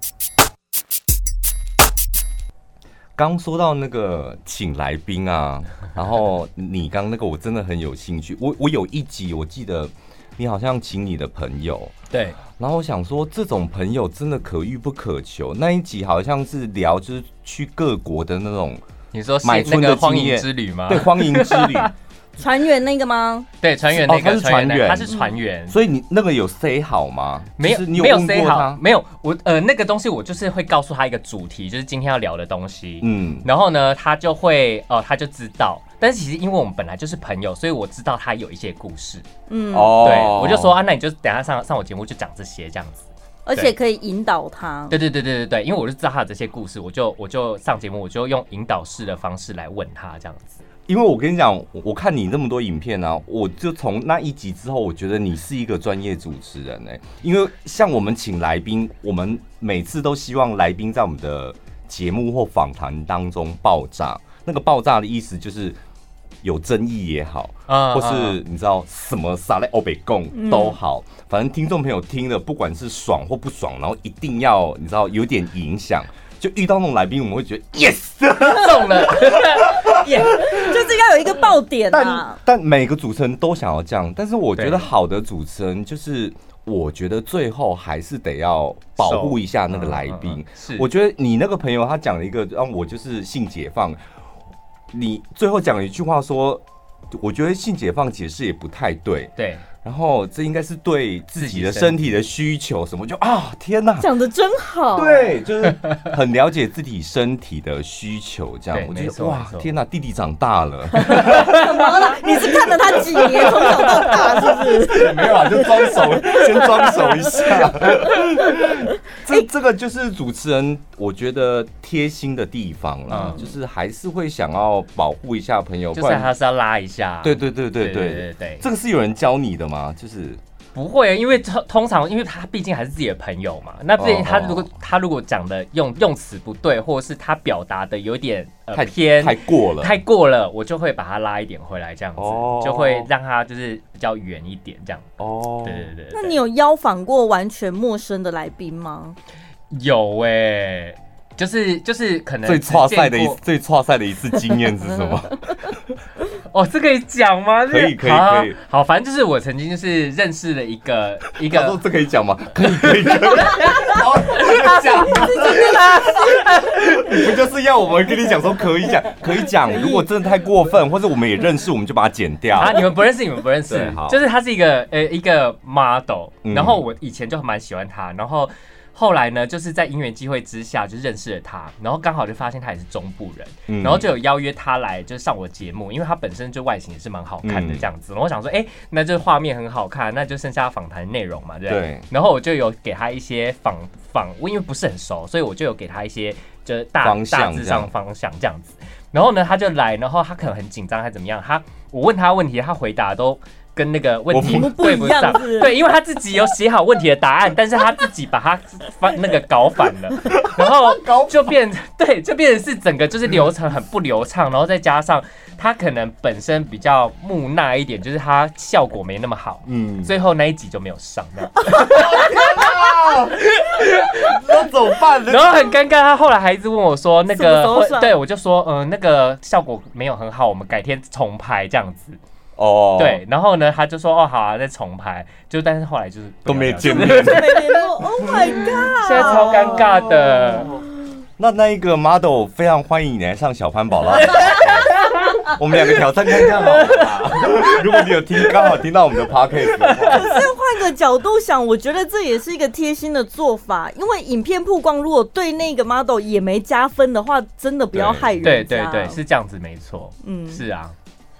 S1: 刚说到那个请来宾啊， 然后你刚那个我真的很有兴趣，我我有一集我记得你好像请你的朋友，
S3: 对，
S1: 然后我想说这种朋友真的可遇不可求，那一集好像是聊就是去各国的那种
S3: 你说是
S1: 买
S3: 那
S1: 春的
S3: 个荒
S1: 经
S3: 野
S1: 验
S3: 之旅吗？
S1: 对荒淫之 旅，
S5: 船员那个吗？
S3: 对，船员
S1: 哦
S3: 那
S1: 他
S3: 个
S1: 是船
S3: 那
S1: 员
S3: 个他是船员，
S1: 所以你那个有 say 好吗？
S3: 没有
S1: 就是你
S3: 没有
S1: 问
S3: say
S1: 过
S3: 好
S1: 他，，
S3: 没有我呃那个东西我就是会告诉他一个主题，就是今天要聊的东西，
S1: 嗯，
S3: 然后呢他就会哦、他就知道，但是其实因为我们本来就是朋友，所以我知道他有一些故事，
S1: 哦
S3: 对我就说啊那你就等一下上上我节目就讲这些这样子，
S2: 而且可以引导他。
S3: 对对对对对对，因为我就知道他有这些故事，我就我就上节目，我就用引导式的方式来问他这样子。
S1: 因为我跟你讲，我我看你那么多影片啊，我就从那一集之后，我觉得你是一个专业主持人哎、因为像我们请来宾，我们每次都希望来宾在我们的节目或访谈当中爆炸。那个爆炸的意思就是有争议也好，
S3: 啊
S1: 或是你知道什么撒赖欧北贡都好，
S3: 嗯
S1: 反正听众朋友听了，不管是爽或不爽，然后一定要你知道有点影响。就遇到那种来宾，我们会觉得 yes，
S3: 嗯中 了，
S2: 就是要有一个爆点
S1: 但
S2: 啊。
S1: 但每个主持人都想要这样，但是我觉
S3: 对
S1: 得好的主持人就是，我觉得最后还是得要保护一下那个来
S3: 嗯嗯
S1: 宾
S3: 嗯。是
S1: 我觉得你那个朋友他讲了一个让我就是性解放，你最后讲了一句话说，我觉得性解放解释也不太对，
S3: 对，
S1: 然后这应该是对自己的
S3: 自己身
S1: 身体的需求什么，就啊天 哪！
S2: 讲的真好，，
S3: 啊
S1: 对，就是很了解自己身体的需求，这样
S3: 对
S1: 我
S3: 没
S1: 觉得
S3: 错
S1: 哇
S3: 没错，
S1: 天哪，弟弟长大了。
S2: 怎么了？你是看了他几年，从小到大是不 是？
S1: 没有啊，就装 熟，先装熟一下。这这个就是主持人，我觉得贴心的地方啦，
S3: 嗯
S1: 就是还是会想要保护一下朋友，
S3: 就
S1: 不
S3: 是他
S1: 然
S3: 是要拉一下，
S1: 对对对对
S3: 对对
S1: 对
S3: 对，对
S1: 这个是有人教你的吗？就是
S3: 不会，因为通通常，因为他毕竟还是自己的朋友嘛。那毕竟他如果、
S1: 哦
S3: 他如果讲的用用词不对，或者是他表达的有点、呃、
S1: 太
S3: 偏
S1: 太过了，
S3: 太过了，我就会把他拉一点回来，这样子、
S1: 哦
S3: 就会让他就是比较远一点这样。
S1: 哦
S3: 对对对对
S2: 那你有邀访过完全陌生的来宾吗？
S3: 有哎、就是就是可能
S1: 最
S3: 只
S1: 差赛的
S3: 见
S1: 一
S3: 过
S1: 最差赛的一次经验是什么？
S3: 哦，这可以讲吗？
S1: 可以可
S3: 这个
S1: 以
S3: 好啊
S1: 可以
S3: 好，反正就是我曾经就是认识了一 个一
S1: 他说
S3: 个，
S1: 这可以讲吗？ 可以可以可以，好我讲。你不就是要我们跟你讲说可以讲，可以讲。如果真的太过分，或者我们也认识，我们就把它剪掉。
S3: 啊，你们不认识，你们不认识
S1: 对好，
S3: 就是他是一个呃一个 model，
S1: 嗯
S3: 然后我以前就蛮喜欢他，然后后来呢，就是在因缘机会之下就认识了他，然后刚好就发现他也是中部人，
S1: 嗯
S3: 然后就有邀约他来就是上我节目，因为他本身就外形也是蛮好看的
S1: 嗯
S3: 这样子，然后我想说，哎，那这画面很好看，那就剩下访谈内容嘛，对不对
S1: 对？
S3: 然后我就有给他一些访访，我因为不是很熟，所以我就有给他一些就是大
S1: 方向
S3: 大致
S1: 这样
S3: 上方向这样子。然后呢，他就来，然后他可能很紧张，还怎么样？他我问他问题，他回答都跟那个问题
S1: 我
S2: 们
S3: 对
S2: 不一样
S3: 上
S2: 是不是，
S3: 对，因为他自己有写好问题的答案，但是他自己把它翻那个搞反了，然后
S1: 哦
S3: 就变 对，就变成是整个就是流程很不流畅，然后再加上他可能本身比较木讷一点，就是他效果没那么好，
S1: 嗯，
S3: 最后那一集就没有上那样
S1: 那怎么办呢？
S3: 然后很尴尬，他后来还一直问我说那
S2: 什么时
S3: 个
S2: 候
S3: 会
S2: 上
S3: 对我就说嗯、呃那个效果没有很好，我们改天重拍这样子。
S1: 哦，
S3: 对，，然后呢他就说哦好啊，再重拍。就但是后来就是
S1: 都没见面
S3: 面，
S2: 就没联络。Oh my god！
S3: 现在超尴尬的。
S2: 哦
S1: 那那一个 model 非常欢迎你来上小潘宝 拉，我们两个挑战看看好 不好？如果你有听，刚好听到我们的 podcast 的话
S2: 可是换个角度想，我觉得这也是一个贴心的做法，因为影片曝光如果对那个 model 也没加分的话，真的不要害人。啊
S3: 对对对，，是这样子没错。
S2: 嗯
S3: 是啊，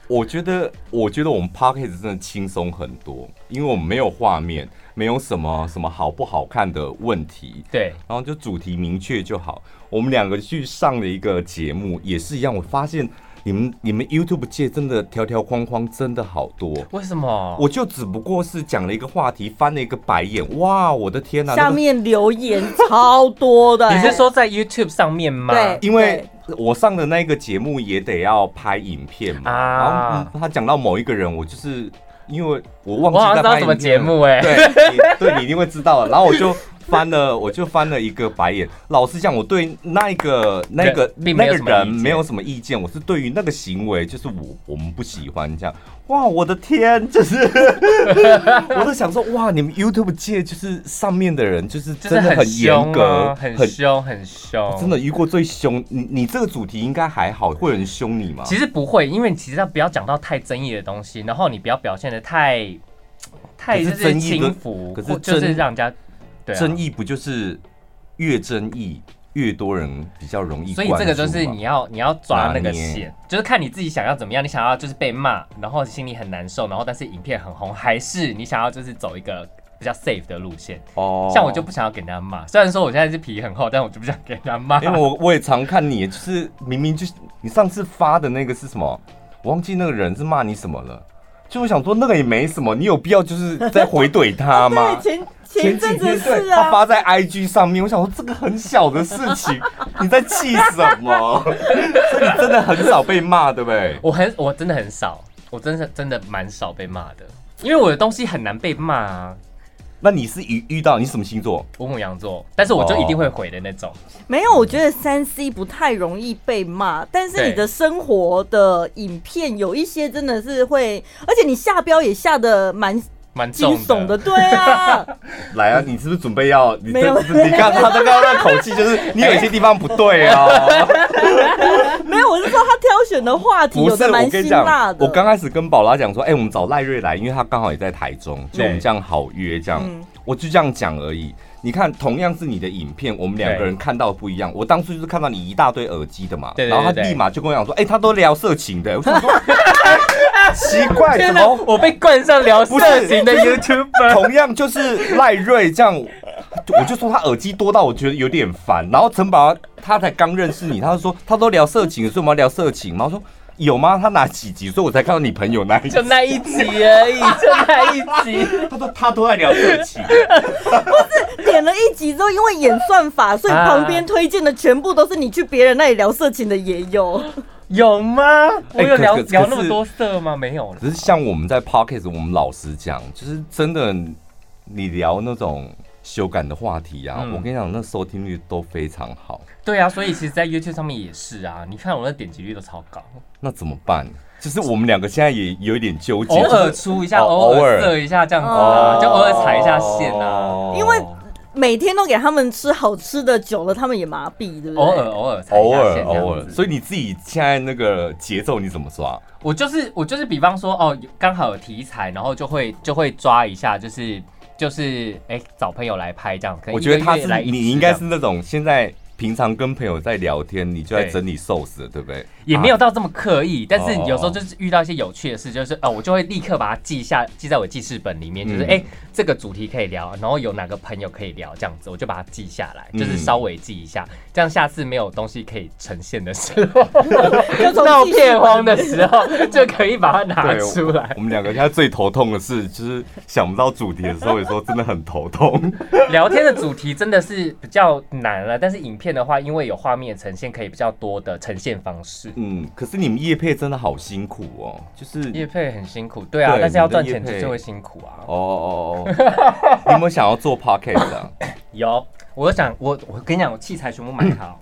S1: 我觉得，我觉得我们 podcast 真的轻松很多，因为我们没有画面，没有什么什么好不好看的问题，
S3: 对，
S1: 然后就主题明确就好。我们两个去上了一个节目，也是一样，我发现你们你们 YouTube 界真的条条框框真的好多。
S3: 为什么？
S1: 我就只不过是讲了一个话题，翻了一个白眼，哇，我的天哪、
S2: 下
S1: 那个
S2: 面留言超多的、
S3: 你是说在 YouTube 上面吗？
S2: 对
S1: 因为我上的那个节目也得要拍影片嘛，
S3: 啊
S1: 然后、嗯他讲到某一个人，我就是因为我忘
S3: 我好像
S1: 记在
S3: 知道
S1: 拍
S3: 什么
S1: 影片
S3: 节
S1: 了
S3: 目哎、
S1: 对，你对你一定会知道的。然后我就翻了，我就翻了一个白眼。老实讲，我对那个那个
S3: 对并
S1: 那
S3: 没有
S1: 个
S3: 什么意见
S1: 人没有什么意见，我是对于那个行为，就是我我们不喜欢这样。哇，我的天，就是 我都想说，哇，你们 YouTube 界就是上面的人，就是
S3: 就是
S1: 真的
S3: 很
S1: 严
S3: 凶
S1: 格
S3: 啊，，很凶，很凶，
S1: 真的。遇过最凶。你你这个主题应该还好，会有人凶你吗？
S3: 其实不会，因为你其实要不要讲到太争议的东西，然后你不要表现的太太
S1: 可
S3: 就是是
S1: 争议的
S3: 轻浮，
S1: 可是
S3: 或就是
S1: 争
S3: 让人家对啊
S1: 争议不就是越争议越多人比较容易
S3: 所
S1: 关
S3: 以
S1: 注吗，
S3: 这个就是你要你要抓
S1: 拿
S3: 那个
S1: 捏
S3: 线，就是看你自己想要怎么样。你想要就是被骂，然后心里很难受，然后但是影片很红，还是你想要就是走一个比较 safe 的路线。
S1: 哦
S3: 像我就不想要给人家骂，虽然说我现在是皮很厚，但我就不想给人家骂。
S1: 因为我我也常看你，就是明明就是你上次发的那个是什么？我忘记那个人是骂你什么了。就我想说，那个也没什么，你有必要就是在回怼他 吗？
S2: 前前一
S1: 几
S2: 阵子
S1: 天
S2: 是
S1: 对
S2: 啊
S1: 他，发在 IG 上面，我想说这个很小的事情，你在气什 么？所以你真的很少被骂，对不对？
S3: 我很我真的很少，我真的真的蛮少被骂的，因为我的东西很难被骂啊。
S1: 那你是遇遇到你什么星座？
S3: 我母羊座，但是我就一定会回的那种。
S2: 没有，我觉得三 C 不太容易被骂，但是你的生活的影片有一些真的是会，而且你下标也下的蛮
S3: 蛮
S2: 惊
S3: 重
S2: 悚的，对啊，
S1: 来啊，你是不是准备要？你
S2: 没有
S1: 这你刚他刚刚那口气就是你有一些地方不对哦。
S2: 没有，我是说他挑选的话题
S1: 不
S2: 有
S1: 是，
S2: 的
S1: 我
S2: 蛮
S1: 跟
S2: 辛
S1: 你讲
S2: 辣，的，
S1: 我刚开始跟宝拉讲说，哎、我们找赖瑞来，因为他刚好也在台中，就我们
S3: 对
S1: 这样好约这样，
S2: 嗯
S1: 我就这样讲而已。你看，同样是你的影片，我们两个人看到不一样。我当初就是看到你一大堆耳机的嘛，
S3: 对对对
S1: 然后他
S3: 对
S1: 立马就跟我讲说，哎、他都聊色情的，我想说 奇怪，怎么
S3: 我被冠上聊
S1: 不
S3: 色
S1: 是
S3: 情的 YouTuber，
S1: 同样就是赖瑞这样，我就说他耳机多到我觉得有点烦。然后陈宝他才刚认识你，他就说他都聊色情，所以我们要聊色情嘛。我说有吗？他哪几集？所以我才看到你朋友那一集
S3: 就。那一集而已，就那一集。
S1: 他说他都在聊色情，
S2: 点了一集之后，因为演算法，所以
S3: 啊
S2: 旁边推荐的全部都是你去别人那里聊色情的也有。
S3: 有吗？我有
S1: 哎可
S3: 聊、
S1: 可可
S3: 聊那么
S1: 是
S3: 多色吗？没有了。
S1: 只是像我们在 podcast，我们老实讲，就是真的，你聊那种修改的话题啊，
S3: 嗯
S1: 我跟你讲，那收听率都非常好。
S3: 对啊，所以其实，在 YouTube 上面也是啊。你看我的点击率都超高，
S1: 那怎么办？就是我们两个现在也有一点纠结，
S3: 偶尔
S1: 就是
S3: 出一下，
S1: 哦
S3: 偶
S1: 偶
S3: 尔
S1: 尔
S3: 射一下这样子啊，
S2: 哦
S3: 就偶尔踩一下线啊。
S1: 哦
S2: 因为每天都给他们吃好吃的，久了他们也麻痹，对不对？
S3: 偶尔偶尔踩一
S1: 偶
S3: 下
S1: 尔
S3: 线这
S1: 偶
S3: 样
S1: 尔，
S3: 子，
S1: 所以你自己现在那个节奏你怎么抓？
S3: 我就是我就是，比方说哦，刚好有题材，然后就会就会抓一下，就是就是哎、找朋友来拍这样。可能
S1: 我觉得他
S3: 一
S1: 是
S3: 个月来一次
S1: 你应该
S3: 这
S1: 是
S3: 样
S1: 那种现在平常跟朋友在聊天，你就在
S3: 对
S1: 整理 source，了对啊不对？
S3: 也没
S1: 有
S3: 有到这么刻意，但是
S1: 哦
S3: 有时候就是遇到一些有趣的事，就是哦，我就会立刻把它记下，记在我记事本里面，就是
S1: 嗯
S3: 哎、这个主题可以聊，然后有哪个朋友可以聊这样子，我就把它记下来，就是
S1: 嗯
S3: 稍微记一下，这样下次没有东西可以呈现的时候，
S2: 就从
S3: 闹
S2: 记事
S3: 片
S2: 本
S3: 荒的时候，就可以把它拿
S1: 对我
S3: 出来
S1: 我们两个现在最头痛的是，就是想不到主题的时候，有时候真的很头痛。
S3: 聊天的主题真的是比较难了，但是影片的话，因为有画面呈现，可以比较多的呈现方式。
S1: 嗯，可是你们叶配真的好辛苦哦，就是
S3: 业配很辛苦，对啊，
S1: 对
S3: 但是要赚钱
S1: 你的业配
S3: 就是会辛苦啊。
S1: 哦哦哦 哦，你有没有想要做 podcast 啊？
S3: 有，我想我我跟你讲，我器材全部买好。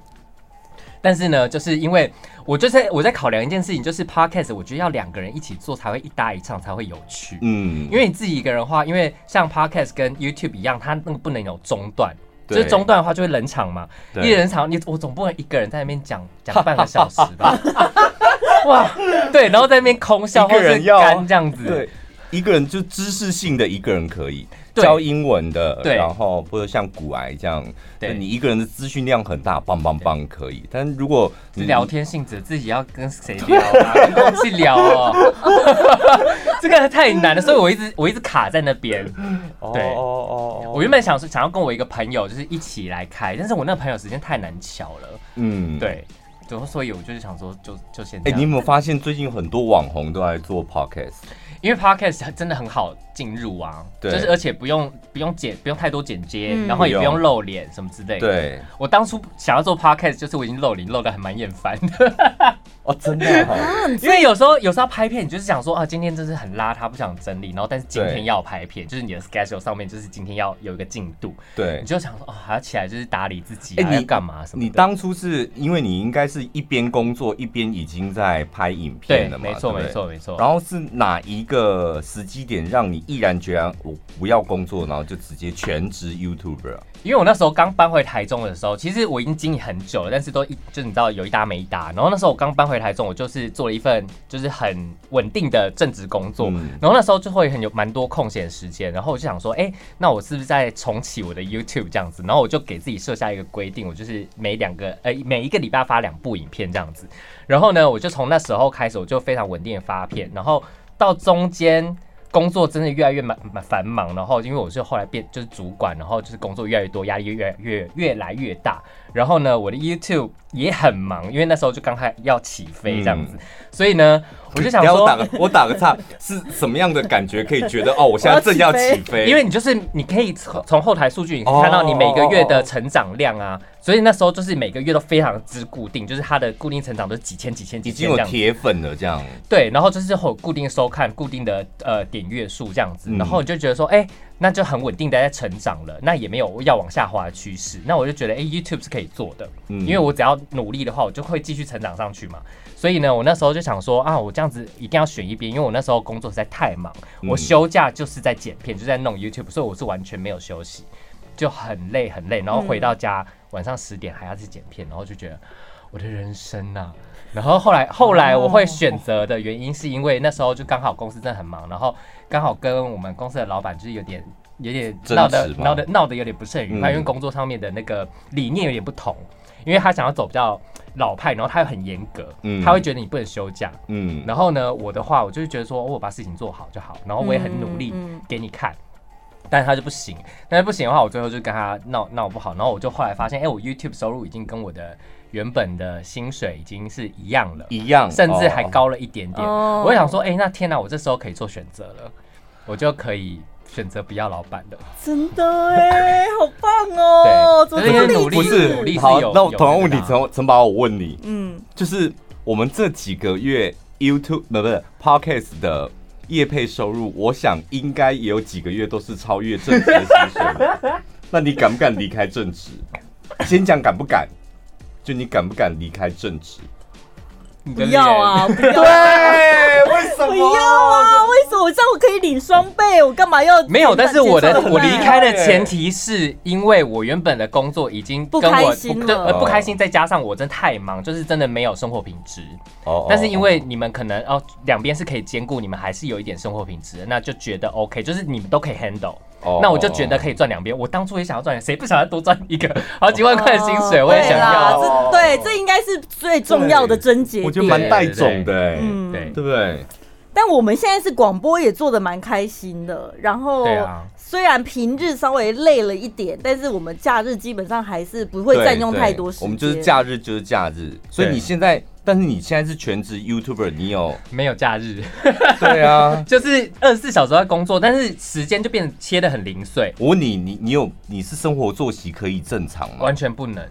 S3: 但是呢，就是因为我就在我在考量一件事情，就是 podcast，我觉得要两个人一起做才会一搭一唱才会有趣。
S1: 嗯，
S3: 因为你自己一个人的话，因为像 podcast 跟 YouTube 一样，它那个不能有中断，就
S1: 对
S3: 是中断的话就会冷场嘛。
S1: 对
S3: 一人场，你我总不能一个人在那边讲讲半个小时 吧？哇，对，然后在那边空笑
S1: 一
S3: 或
S1: 个
S3: 者
S1: 人
S3: 是
S1: 要
S3: 干这样子，
S1: 对，一个人就知识性的一个人可以
S3: 对
S1: 教英文的，
S3: 对
S1: 然后或者像古癌这样，
S3: 对
S1: 就你一个人的资讯量很大，棒棒棒可以。但如果
S3: 是
S1: 你
S3: 聊天性质，自己要跟谁聊啊？
S1: 嗯
S3: 跟空气聊哦， 这个太难了，所以我一直我一直卡在那边。
S1: 哦
S3: 对
S1: 哦哦哦
S3: 我原本想说想要跟我一个朋友就是一起来开，但是我那个朋友时间太难巧了，
S1: 嗯。
S3: 对，就所以我就是想说就就先
S1: 哎、
S3: 这样
S1: 你有没有发现最近有很多网红都来做 podcast？
S3: 因为 podcast 真的很好进入啊，
S1: 对
S3: 就是而且不用不用剪不用太多剪接，
S2: 嗯
S3: 然后也不
S1: 不用
S3: 用露脸什么之类的。，
S1: 对，
S3: 我当初想要做 podcast，就是我已经露脸露的还蛮厌烦的，
S1: 哦，真的、哦。
S3: 因为有时候有时候拍片，你就是想说啊，今天真是很邋遢，不想整理，然后但是今
S1: 对
S3: 天要拍片，就是你的 schedule 上面就是今天要有一个进度，
S1: 对
S3: 你，就想说哦，还要起来就是打理自己、啊，
S1: 哎你
S3: 要干嘛什么
S1: 你
S3: 的。
S1: 当初是因为你应该是一边工作一边已经在拍影
S3: 对
S1: 片了，嘛？
S3: 没错，
S1: 对不
S3: 没
S1: 对
S3: 错，。没错。
S1: 然后是哪一个时机点让你毅然决然我不要工作，然后就直接全职 YouTuber？啊
S3: 因为我那时候刚搬回台中的时候，其实我已经经营很久了，但是都一就是你知道有一搭没一搭。然后那时候我刚搬回台中，我就是做了一份就是很稳定的正职工作，
S1: 嗯
S3: 然后那时候就会很有蛮多空闲时间，然后我就想说，哎、那我是不是在重启我的 YouTube 这样子？然后我就给自己设下一个规定，我就是每两个呃每一个礼拜发两部影片这样子。然后呢，我就从那时候开始，我就非常稳定的发片，然后到中间工作真的越来越忙忙繁忙，然后因为我是后来变就是主管，然后就是工作越来越多，压力越来越越来越大。然后呢，我的 YouTube 也很忙，因为那时候就刚开要起飞这样子，所以呢，我就想
S1: 等一下我嗯打
S3: 说，
S1: 个我打个岔，是什么样的感觉可以觉得哦，我现在正要起飞？
S3: 因为你就是你可以从从后台数据你可以
S1: 哦
S3: 看到你每个月的成长量啊，所以那时候就是每个月都非常之固定，就是它的固定成长都是几千几千
S1: 已
S3: 几
S1: 经
S3: 千
S1: 有
S3: 这样子。
S1: 铁粉了，这样
S3: 对，然后就是会有固定收看、固定的呃点阅数这样子，
S1: 嗯
S3: 然后你就觉得说，哎、那就很稳定的在成长了，那也没有要往下滑的趋势。那我就觉得，哎、y o u t u b e 是可以做的，
S1: 嗯
S3: 因为我只要努力的话，我就会继续成长上去嘛。所以呢，我那时候就想说啊，我这样子一定要选一边，因为我那时候工作实在太忙，
S1: 嗯
S3: 我休假就是在剪片，就在弄 YouTube，所以我是完全没有休息，就很累很累，然后回到家、晚上十点还要去剪片，然后就觉得我的人生啊呐、然后后来后来我会选择的原因是因为那时候就刚好公司真的很忙，然后刚好跟我们公司的老板就是有点有点
S1: 争执
S3: 闹得
S1: 吗
S3: 闹得闹得有点不是很愉
S1: 嗯
S3: 快，因为工作上面的那个理念有点不同，因为他想要走比较老派，然后他又很严格，
S1: 嗯
S3: 他会觉得你不能休假。
S1: 嗯，
S3: 然后呢，我的话我就是觉得说哦我把事情做好就好，然后我也很努力
S2: 嗯嗯
S3: 给你看。但是他就不行，但是不行的话，我最后就跟他闹闹不好，然后我就后来发现，哎、我 YouTube 收入已经跟我的原本的薪水已经是一样了，
S1: 一样，
S3: 甚至还
S1: 哦
S3: 高了一点点。
S2: 哦
S3: 我就想说，哎、那天哪、我这时候可以做选择了，我就可以选择不要老板的。
S2: 真的哎，好棒哦！怎
S3: 对
S2: 么这么
S3: 就是努
S2: 励
S1: 不
S3: 力
S2: 志？
S1: 是
S3: 努力是
S1: 好
S3: 有，
S1: 那我
S3: 有
S1: 同样
S3: 那
S1: 问
S3: 个
S1: 题
S3: 的啊
S1: 陈陈宝，我问你，
S2: 嗯，
S1: 就是我们这几个月 YouTube 不不是 Podcast 的业配收入，我想应该也有几个月都是超越正职的薪水 吧。那你敢不敢离开正职？先讲敢不敢，就你敢不敢离开正职？
S3: 你
S2: 不
S3: 的
S2: 要
S3: 脸
S2: 啊，不
S1: 对，
S2: 要
S1: 为什
S2: 不
S1: 哦
S2: 要啊！为什么我这样我可以领双倍？我干嘛要
S3: 没有，但是我的
S2: 减少
S3: 我离开的
S1: 耶
S3: 前提是因为我原本的工作已经
S2: 不
S3: 跟
S2: 开
S3: 我
S2: 心
S3: 不对
S2: 了
S3: 呃不开心，再加上我真的太忙，就是真的没有生活品质。
S1: 哦
S3: 但是因为你们可能哦两边是可以兼顾，你们还是有一点生活品质的，那就觉得 OK，就是你们都可以 handle。
S1: 哦
S3: 那我就觉得可以赚两边。我当初也想要赚，谁不想要多赚一个 好几万块的薪
S2: 哦
S3: 水？我也想
S2: 对
S3: 要。
S2: 啦这对，这应该是最重要的症结点。
S1: 我觉得蛮带种的、欸，
S2: 嗯
S3: 对
S1: 对不对？
S2: 但我们现在是广播也做的蛮开心的，然后
S3: 对啊
S2: 虽然平日稍微累了一点，但是我们假日基本上还是不会占用
S1: 对
S2: 太
S1: 对
S2: 多时间。
S1: 我们就是假日就是假日，所以
S3: 对
S1: 你现在，但是你现在是全职 YouTuber，你 有
S3: 没有假日，
S1: 对啊。
S3: 就是二十四小时在工作，但是时间就变得切的很零碎，
S1: 我问你，你你有你是生活作息可以正常吗
S3: 完？全不能。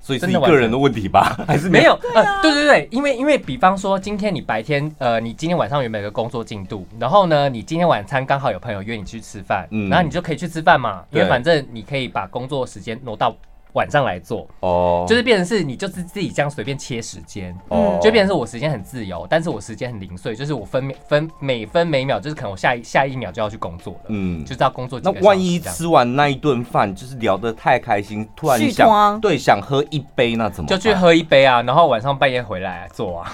S1: 所以是
S3: 真
S1: 你
S3: 的完
S1: 个人的问题吧？还是
S3: 没
S1: 有？
S3: 有，呃，对对对，因为因为比方说，今天你白天，呃，你今天晚上原本有个工作进度，然后呢，你今天晚餐刚好有朋友约你去吃饭，
S1: 嗯
S3: 然后你就可以去吃饭嘛，因为
S1: 对
S3: 反正你可以把工作时间挪到晚上来做，
S1: 哦，
S3: 就是变成是你就是自己这样随便切时间，
S1: 哦
S3: 就变成是我时间很自由，但是我时间很零碎，就是我分秒分每分每秒，就是可能我下一下一秒就要去工作了，
S1: 嗯
S3: 就。是要工作几
S1: 那
S3: 个小时
S1: 万一
S3: 这样
S1: 吃完那一顿饭，就是聊得太开心，突然
S2: 续啊
S1: 想
S2: 团
S1: 对想喝一杯，那怎么
S3: 就去
S1: 办？
S3: 喝一杯啊，然后晚上半夜回来做啊。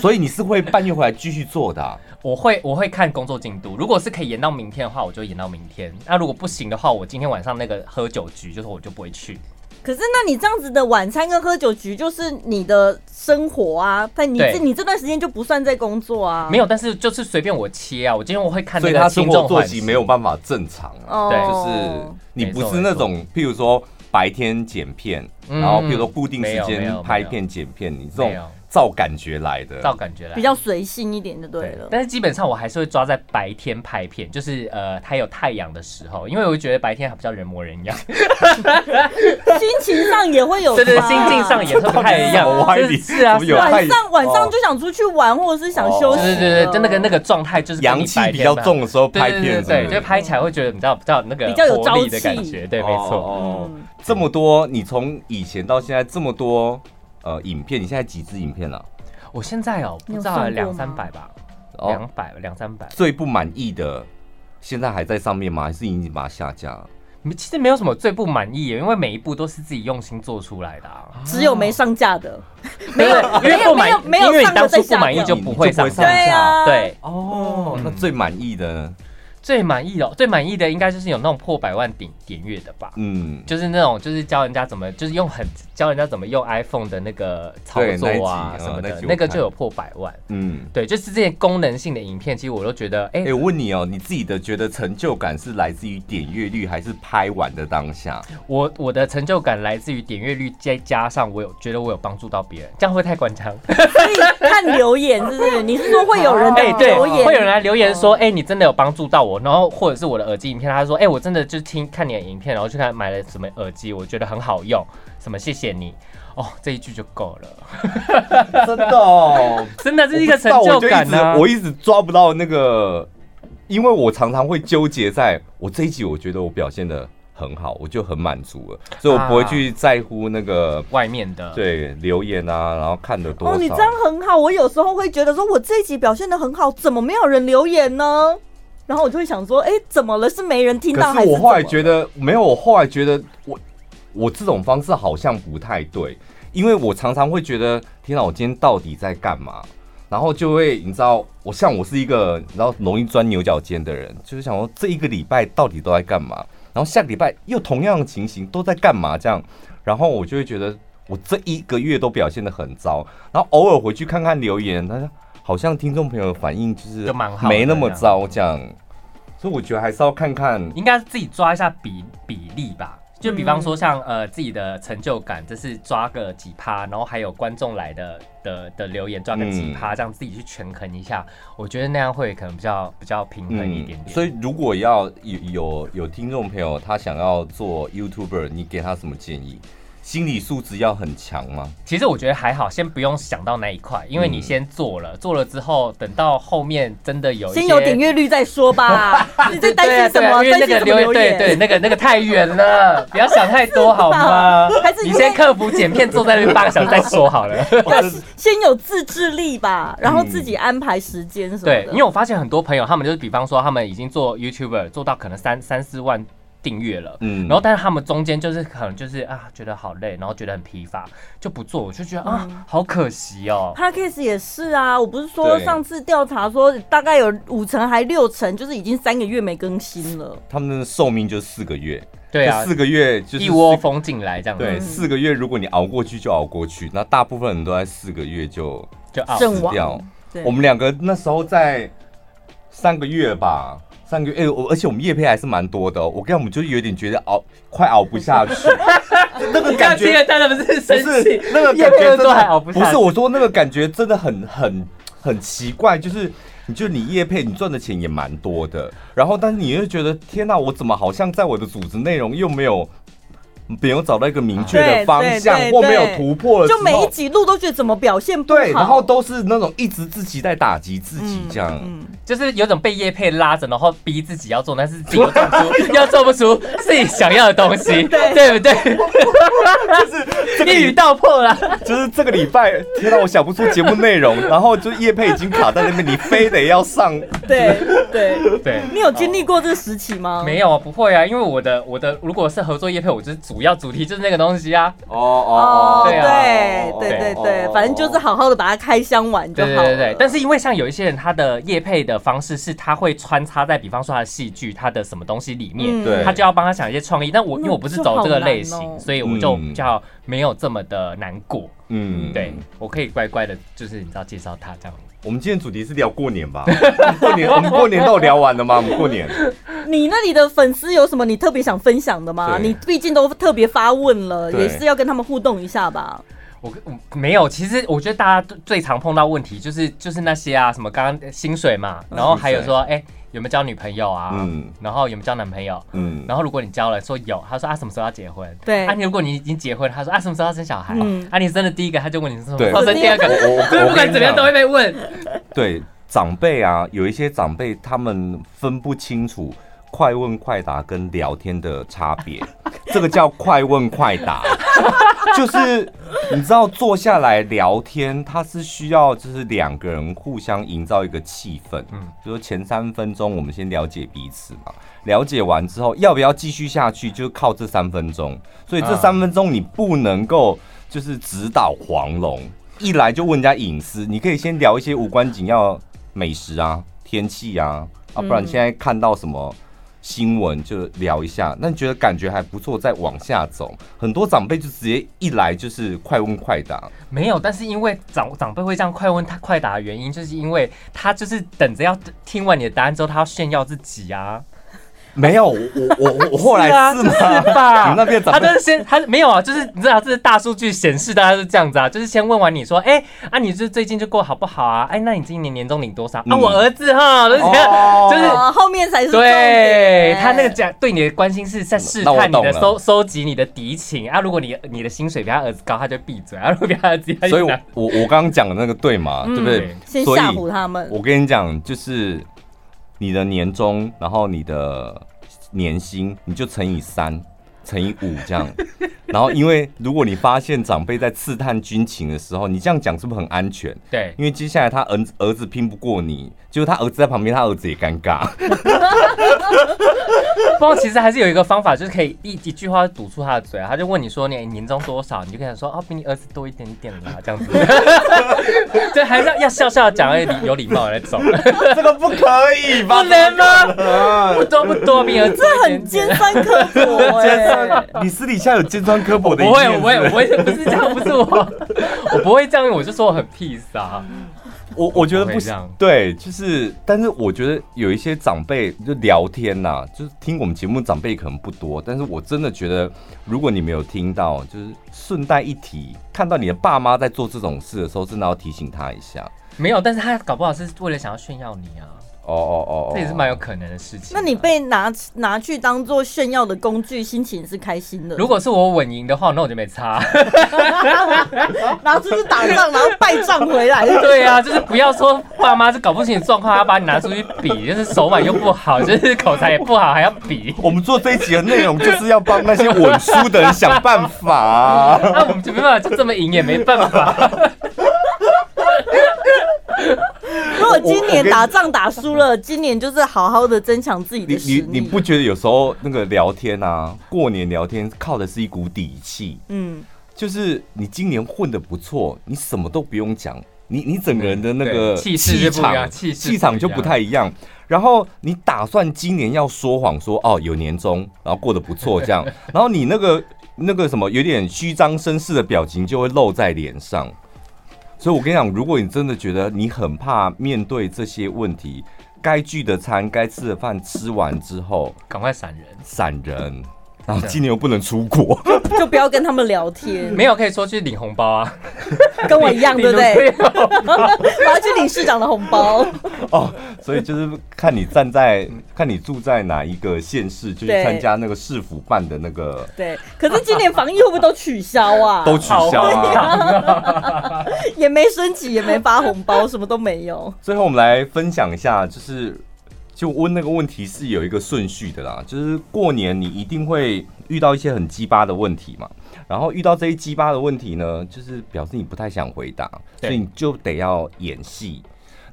S1: 所以你是会半夜回来继续做的啊、
S3: 我会我会看工作进度，如果是可以延到明天的话，我就延到明天。那如果不行的话，我今天晚上那个喝酒局，就是我就不会去。
S2: 可是，那你这样子的晚餐跟喝酒局就是你的生活啊，但你
S3: 对
S2: 这你这段时间就不算在工作啊。
S3: 没有，但是就是随便我切啊。我今天我会 看
S1: 所
S3: 那
S1: 以他
S3: 个
S1: 生
S3: 轻
S1: 活
S3: 重
S1: 作
S3: 缓
S1: 息
S3: 急，
S1: 没有办法正常啊。
S2: 哦，
S3: 对
S1: 就是你
S3: 没
S1: 不
S3: 错
S1: 是
S3: 没
S1: 那
S3: 错
S1: 种，譬如说白天剪片，
S3: 嗯
S1: 然后譬如说固定
S3: 没
S1: 时
S3: 有没有没
S1: 间
S3: 有
S1: 拍片剪片，你这种
S3: 没有
S1: 照感觉来的。
S3: 照感觉来
S2: 比较随性一点就对了。
S3: 但是基本上我还是会抓在白天拍片，就是呃，它有太阳的时候，因为我觉得白天还比较人 模人样，
S2: 心情上也会有
S3: 对对，
S2: 差啊
S3: 心境上也会不太一 样
S1: 这到底是什么。歪
S3: 就
S1: 理
S3: 是是啊，
S1: 怎么
S3: 是
S1: 有太
S3: 啊，
S2: 晚上晚
S1: 哦
S2: 上就想出去玩，或者是想休息
S3: 对
S2: 了。
S3: 哦对对对，就那个那个状态就是跟你
S1: 阳气
S3: 白
S1: 比
S3: 天
S1: 较
S3: 拍
S1: 重的时候
S3: 对
S1: 拍片
S3: 对
S1: 是
S3: 对
S1: 不是，
S3: 对，就拍起来会觉得比较比较那个
S2: 比较有
S3: 活力
S2: 朝
S3: 的
S2: 气
S3: 感觉，对，没错。
S2: 嗯
S1: 哦哦这么多，你从以前到现在这么多呃影片，你现在几支影片了、
S3: 我现在哦，不
S2: 你有
S3: 知道
S2: 算过
S3: 两三
S2: 吗
S3: 百吧，
S1: 哦
S3: 两百两三百，
S1: 最不满意的，现在还在上面吗？还是已经把它下架了？
S3: 其实没有什么最不满意耶，因为每一步都是自己用心做出来的啊。
S2: 只有没上架的，
S3: 没有，因为不满意
S2: 没有没有
S3: 因为你
S2: 上过
S3: 当初
S2: 再
S3: 不
S2: 下
S3: 满意
S2: 掉
S3: 就
S1: 你
S3: 不
S1: 就
S3: 会
S1: 不会
S3: 上
S1: 上
S3: 架。
S2: 对啊
S3: 对，
S1: 哦，那最满意的呢？
S3: 最满意哦，最满意的应该就是有那种破百万点点阅的吧。
S1: 嗯，
S3: 就是那种，就是教人家怎么，就是用很教人家怎么用 iPhone 的那个操作啊
S1: 对那一集
S3: 什么
S1: 嗯那
S3: 的
S1: 一集，我
S3: 那个
S1: 看
S3: 就有破百万。
S1: 嗯。
S3: 对，就是这些功能性的影片，其实我都觉得，哎、
S1: 哎、我问你哦，你自己的觉得成就感是来自于点阅率，还是拍完的当下？
S3: 我我的成就感来自于点阅率，再加上我有觉得我有帮助到别人，这样会不会太官腔？
S2: 所以看留言是不 是？你是说会 有人
S3: 哎、
S2: 来
S3: 对，
S2: 留言？哦
S3: 会有人来留言说，哎、你真的有帮助到我，然后或者是我的耳机影片，他说，哎、我真的就听看你的影片，然后去看买了什么耳机，我觉得很好用，什么谢谢你，哦，这一句就够了，
S1: 真的哦，
S3: 真的 这是一个成
S1: 我
S3: 就
S1: 不知道
S3: 感呢、啊。
S1: 我就一直我一直抓不到那个，因为我常常会纠结在，我这一集我觉得我表现的很好，我就很满足了，所以我不
S3: 啊
S1: 会去在乎那个、
S3: 外面的，
S1: 对留言啊，然后看的多少。
S2: 哦，你这样很好。我有时候会觉得说，我这一集表现的很好，怎么没有人留言呢？然后我就会想说，哎、怎么了？是没人听到
S1: 可
S2: 还
S1: 是
S2: 是
S1: 我后来
S2: 得，
S1: 觉得没有，我后来觉得我我这种方式好像不太对，因为我常常会觉得，天哪，我今天到底在干嘛？然后就会，你知道，我像我是一个你知道容易钻牛角尖的人，就是想说这一个礼拜到底都在干嘛，然后下个礼拜又同样的情形都在干嘛这样，然后我就会觉得我这一个月都表现的很糟，然后偶尔回去看看留言，他说好像听众朋友的反应就是
S3: 就蛮好的
S1: 没那么
S3: 这样
S1: 糟这样，所以我觉得还是要看看
S3: 应该自己抓一下比比例吧。就比方说像
S2: 嗯
S3: 呃自己的成就感，这是抓个几趴，然后还有观众来的的的留言抓个几
S1: 嗯
S3: 趴，这样自己去权衡一下，我觉得那样会可能比较比较平衡一点点。
S1: 嗯所以如果要有有有听众朋友他想要做 YouTuber，你给他什么建议？心理素质要很强吗？
S3: 其实我觉得还好，先不用想到那一块，因为你先做
S1: 嗯
S3: 了，做了之后，等到后面真的有一些
S2: 先有点阅率再说吧。 你在担心什
S3: 对啊
S2: 么？
S3: 对啊
S2: 担
S3: 因为那
S2: 心
S3: 个
S2: 什么
S3: 留
S2: 留
S3: 对
S2: 言？
S3: 对，那个那个太远了，不要想太 多好吗？
S2: 还是
S3: 你
S2: 你
S3: 先
S2: 先
S3: 克服剪片，坐在那边半个小时再 说好了。
S2: 要先有自制力吧，然后自己安排时间什么的。
S3: 对，因为我发现很多朋友，他们就是比方说，他们已经做 YouTuber 做到可能三三四万订阅了。
S1: 嗯，
S3: 然后，但是他们中间就是可能就是啊，觉得好累，然后觉得很疲乏，就不做。我就觉得啊，好可惜哦。
S2: Podcast 也是啊，我不是说
S1: 对
S2: 上次调查说大概有五成还六成，就是已经三个月没更新了。
S1: 他们的寿命就四个月，
S3: 对啊
S1: 就，四个月就是
S3: 一窝蜂进来这样子，
S1: 对，四个月如果你熬过去就熬过去，那大部分人都在四个月就
S3: 就啊，
S2: 正
S1: 死
S2: 往
S1: 掉。
S2: 对
S1: 我们两个那时候在三个月吧，三个月，哎、我而且我们叶配还是蛮多的哦、我跟你讲我们就是有点觉得熬快熬不下 去，那个
S3: 你看
S1: 感
S3: 听
S1: 觉
S3: 了大家不是
S1: 不
S3: 生气
S1: 是，那个
S3: 叶
S1: 感
S3: 佩
S1: 觉真
S3: 都还熬
S1: 的
S3: 不
S1: 不
S3: 下去
S1: 是我说那个感觉真的很很很奇怪，就是你就你业配你赚的钱也蛮多的，然后但是你又觉得天哪、我怎么好像在我的组织内容又没有没有找到一个明确
S2: 对
S1: 的方
S2: 对
S1: 向
S2: 对
S1: 或
S2: 对
S1: 没有突破的时
S2: 就
S1: 候，
S2: 每一集录都觉得怎么表现不好，嗯
S1: 对，然后都是那种一直自己在打击自己这样。
S3: 就是有种被叶佩拉着，然后逼自己要做，但是自己又做不出，又做不出自己想要的东西，对不对？一语道破了。
S1: 就是这个礼拜，天哪，我想不出节目内容，然后就叶配已经卡在那边，你非得要上，
S2: 对对。
S3: 对，
S2: 你有经历过这时期吗？
S3: 没有啊，不会啊，因为我的我的如果是合作业配，我就是主要主题就是那个东西啊。
S1: 哦哦
S2: 哦，
S3: 对
S2: 对
S3: 啊
S2: 对对对，反正就是好好的把它开箱完就
S3: 对对
S2: 好了。
S3: 对对，但是因为像有一些人，他的业配的方式是他会穿插在，比方说他的戏剧、他的什么东西里面，
S2: 嗯
S1: 对
S3: 他就要帮他想一些创意。但我因为我不是走这个类
S2: 那就
S3: 型
S2: 好，难哦
S3: 所以我就
S1: 嗯
S3: 比较没有这么的难过。
S1: 嗯
S3: 对，我可以乖乖的，就是你知道介绍他这样。
S1: 我们今天主题是聊过年吧？过年，我们过年到底聊完了吗？我们过年，
S2: 你那里的粉丝有什么你特别想分享的吗？
S1: 对
S2: 你毕竟都特别发问了，
S1: 对
S2: 也是要跟他们互动一下吧。
S3: 我我没有，其实我觉得大家最最常碰到问题就是就是那些啊，什么刚刚呃薪水嘛，然后还有说哎、有没有交女朋友啊，
S1: 嗯
S3: 然后有没有交男朋友，
S1: 嗯，
S3: 然后如果你交了说有，他说啊什么时候要结婚，
S2: 对
S3: 啊你如果你已经结婚，他说啊什么时候要生小孩，
S2: 嗯
S3: 啊你生了第一个他就问你是什么
S1: 对
S3: 时候生第二个，
S1: 我我
S3: 就是不管怎么样都会被问，
S1: 对长辈啊，有一些长辈他们分不清楚快问快答跟聊天的差别，这个叫快问快答。就是你知道坐下来聊天，它是需要就是两个人互相营造一个气氛，嗯，比如说前三分钟我们先了解彼此嘛，了解完之后要不要继续下去，就靠这三分钟。所以这
S3: 啊
S1: 三分钟你不能够就是指导黄龙，一来就问人家隐私，你可以先聊一些无关紧要美食啊、天气啊。啊，不然你现在看到什么新闻就聊一下，那你觉得感觉还不错，再往下走。很多长辈就直接一来就是快问快答，
S3: 没有，但是因为长长辈会这样快问他快答的原因，就是因为他就是等着要听完你的答案之后，他要炫耀自己啊，
S1: 没有，我我我我后来是啊吗？
S3: 吧
S2: 啊
S1: 你那边长
S3: 他
S1: 辈
S3: 就是先，他没有啊，就是你知道，这是大数据显示，大家是这样子啊，就是先问完你说，哎、啊，你是最近就过得好不好啊？哎、那你今年年终领多少、啊？
S1: 嗯
S3: 我儿子哈，就是、
S1: 哦
S3: 就是
S2: 哦，后面 才是重
S3: 对
S2: 点
S3: 他那个讲对你的关心是在试
S1: 那我
S3: 探你
S1: 懂
S3: 的
S1: 了
S3: 收收集你的敌情啊。如果你你的薪水比他儿子高，他就闭嘴啊；如果比他儿子低，他
S1: 所以
S3: 就
S1: 我
S3: 拿
S1: 我我刚刚讲的那个对嘛，对不对？
S2: 先
S1: 所以
S2: 吓唬他们。
S1: 我跟你讲，就是你的年终，然后你的年薪，你就乘以三，乘以五这样。 然后，因为如果你发现长辈在刺探军情的时候，你这样讲是不是很安全？
S3: 对。
S1: 因为接下来他儿子儿子拼不过你，结果他儿子在旁边，他儿子也尴尬。
S3: 不过其实还是有一个方法，就是可以一一句话堵住他的嘴啊。他就问你说你你年终多少，你就跟他说哦，比你儿子多一点点啦，这样子。 对，还是要要笑笑地讲，要礼有礼貌的那 种。
S1: 这个不可以
S3: 不能吗？
S1: 啊
S3: 不多不多，比儿子
S2: 这
S3: 一
S2: 很
S3: 点
S2: 尖
S3: 点
S2: 酸刻薄哎，
S1: 你私底下有尖酸刻薄的一
S3: 不会，
S1: 面，
S3: 我也
S1: 是不是
S3: 我也不是这样，不是我， 我不会这样，我就说我很 peace 啊。
S1: 我我觉得
S3: 不会
S1: 不
S3: 这
S1: 行
S3: 样，
S1: 对，就是，但是我觉得有一些长辈就聊天呐、就是听我们节目长辈可能不多，但是我真的觉得，如果你没有听到，就是顺带一提，看到你的爸妈在做这种事的时候，真的要提醒他一下。
S3: 没有，但是他搞不好是为了想要炫耀你啊，
S1: 哦哦哦哦，
S3: 这也是蛮有可能的事情
S2: 那
S3: 啊、
S2: 你被拿拿去当做炫耀的工具，心情是开心的。
S3: 如果是我稳赢的话，那我就没差。
S2: 拿出去打仗，然后败仗 回来，
S3: 对啊，就是不要说爸妈就搞不清楚状况，要把你拿出去比， 就是手腕又不好， 就是口才也不好，还要比。
S1: 我们做这一集的内容就是要帮那些稳输的人想办法、啊。
S3: 那、我们就没办法，就这么赢也没办法。
S2: 如果今年打仗打输 了，今年就是好好的增强自己
S1: 你
S2: 的实力
S1: 你。你不觉得有时候那个聊天啊，过年聊天靠的是一股底气？
S2: 嗯，
S1: 就是你今年混的不错，你什么都不用讲，你你整个人的那个
S3: 嗯对气势就不一样气势不一样
S1: 气场就不太一样。然后你打算今年要说谎说哦有年终，然后过得不错 这样，然后你那个那个什么有点虚张声势的表情就会露在脸上。所以我跟你讲，如果你真的觉得你很怕面对这些问题，该聚的餐、该吃的饭吃完之后
S3: 赶快闪人。
S1: 闪人，然后
S3: 啊
S1: 今年又不能出国，
S2: 就不要跟他们聊 天，
S3: 没有可以说去领红包啊，
S2: 跟我一 样，对不对？
S3: 领红包？
S2: 我要去领市长的红 包。
S1: 哦，所以就是看你站在，看你住在哪一个县市，就
S2: 对
S1: 去参加那个市府办的那个
S2: 对，可是今年防疫会不会都取消啊？
S1: 都取消 啊。
S2: 也没升级，也没发红包，什么都没有。
S1: 最后我们来分享一下，就是就问那个问题是有一个顺序的啦，就是过年你一定会遇到一些很鸡巴的问题嘛，然后遇到这些鸡巴的问题呢，就是表示你不太想回答，
S3: 对
S1: 所以你就得要演戏。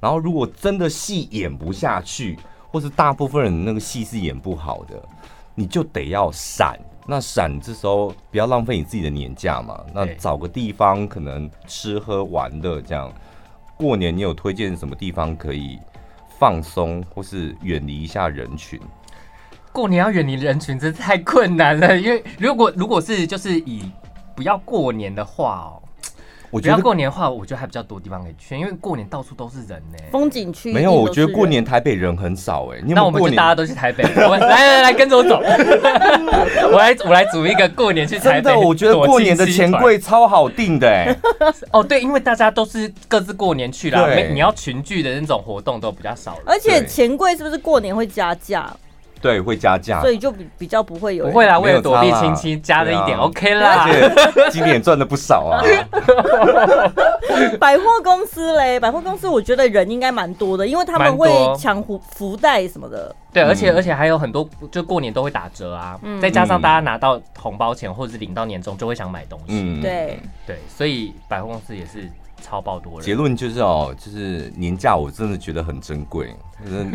S1: 然后如果真的戏演不下去，或是大部分人那个戏是演不好的，你就得要闪。那闪这时候不要浪费你自己的年假嘛，那
S3: 对
S1: 找个地方可能吃喝玩乐这样。过年你有推荐什么地方可以放松，或是远离一下人群？
S3: 过年要远离人群，真是太困难了。因为如果如果是就是以不要过年的话哦，
S1: 我
S3: 不
S1: 觉
S3: 要
S1: 得
S3: 过年的话，我觉得还比较多地方可以去，因为过年到处都是人呢、
S2: 风景区
S1: 没有，我觉得过年台北人很少哎、你有没
S3: 那
S1: 有
S3: 我们
S1: 过
S3: 就大家
S1: 年？
S3: 都去台北， 我们来来来，跟着我走， 我来我来组一个过年去台
S1: 真
S3: 北。
S1: 的，我觉得过年的钱
S3: 躲进
S1: 柜超好定的哎、
S3: 七团哦，对，因为大家都是各自过年去啦，
S1: 对
S3: 没你要群聚的那种活动都比较少了。
S2: 而且钱柜是不是过年会加价，
S1: 对，会加价
S2: 所。以就比比较不会有
S3: 啊不
S2: 人
S3: 会啦，为
S1: 没有
S3: 了躲避
S1: 差啦
S3: 亲戚，加了一
S1: 对
S3: 点
S1: 啊
S3: OK
S1: 而
S3: 啦。
S1: 且今年赚了不少 啊！
S2: 百货公司嘞，百货公司我觉得人应该蛮多的，因为他们
S3: 蛮
S2: 会
S3: 多
S2: 抢福福袋什么的。
S3: 对，而且
S1: 嗯
S3: 而且还有很多，就过年都会打折啊，
S2: 嗯
S3: 再加上大家拿到红包钱或者是领到年终，就会想买东西。
S1: 嗯，。
S2: 对，
S3: 对，所以百货公司也是超爆多
S1: 结
S3: 人。
S1: 论就是哦，就是年假我真的觉得很珍贵， 就是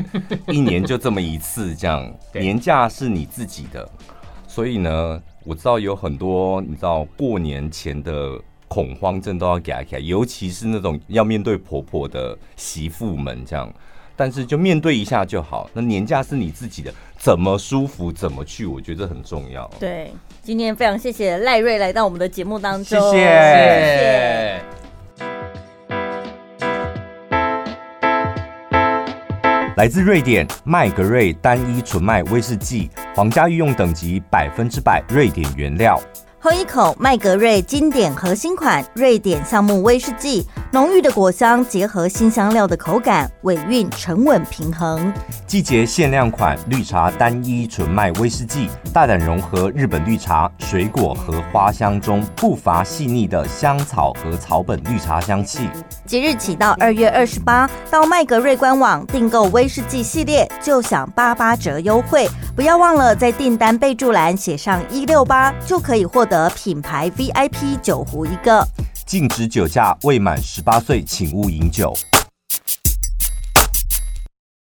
S1: 一年就这么一次，这样
S3: 对
S1: 年假是你自己的，所以呢，我知道有很多你知道过年前的恐慌症都要给它起来，尤其是那种要面对婆婆的媳妇们这样。但是就面对一下就好。那年假是你自己的，怎么舒服怎么去，我觉得很重要。
S2: 对，今天非常谢谢赖瑞来到我们的节目当
S1: 谢
S2: 中，
S1: 谢。
S3: 谢。
S1: 来自瑞典麦格瑞单一纯麦威士忌，皇家御用等级百分之百瑞典原料。
S4: 喝一口麦格瑞经典核心款瑞典橡木威士忌，浓郁的果香结合新香料的口感，尾韵沉稳平衡。
S1: 季节限量款绿茶单一纯麦威士忌，大胆融合日本绿茶、水果和花香中不乏细腻的香草和草本绿茶香气。
S4: 即日起到二月二十八，到麦格瑞官网订购威士忌系列，就享八八折优惠。不要忘了在订单备注栏写上一六八，就可以获得品牌 VIP 酒壶一个。
S1: 禁止酒驾，未满十八岁请勿饮酒。